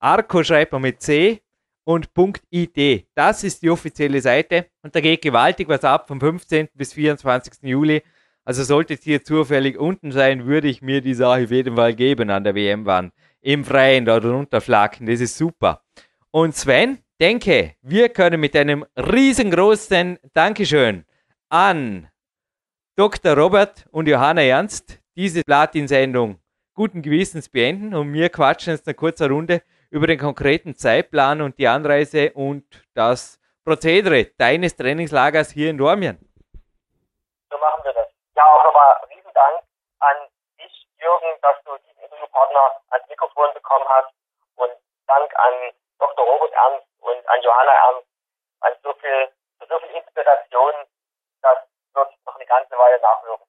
S2: Arco schreibt man mit C und .it. Das ist die offizielle Seite und da geht gewaltig was ab vom 15. bis 24. Juli. Also solltet ihr zufällig unten sein, würde ich mir die Sache auf jeden Fall geben an der WM-Wand. Im Freien da drunter flacken, das ist super. Und Sven, denke, wir können mit einem riesengroßen Dankeschön an Dr. Robert und Johanna Ernst diese Platin-Sendung guten Gewissens beenden und wir quatschen jetzt eine kurze Runde über den konkreten Zeitplan und die Anreise und das Prozedere deines Trainingslagers hier in Dormien.
S3: So machen wir das. Ja, auch nochmal riesen Dank an dich, Jürgen, dass du diesen Interviewpartner ans Mikrofon bekommen hast. Und Dank an Dr. Robert Ernst und an Johanna Ernst an so viel, für so viel Inspiration. Das wird noch eine ganze Weile nachwirken.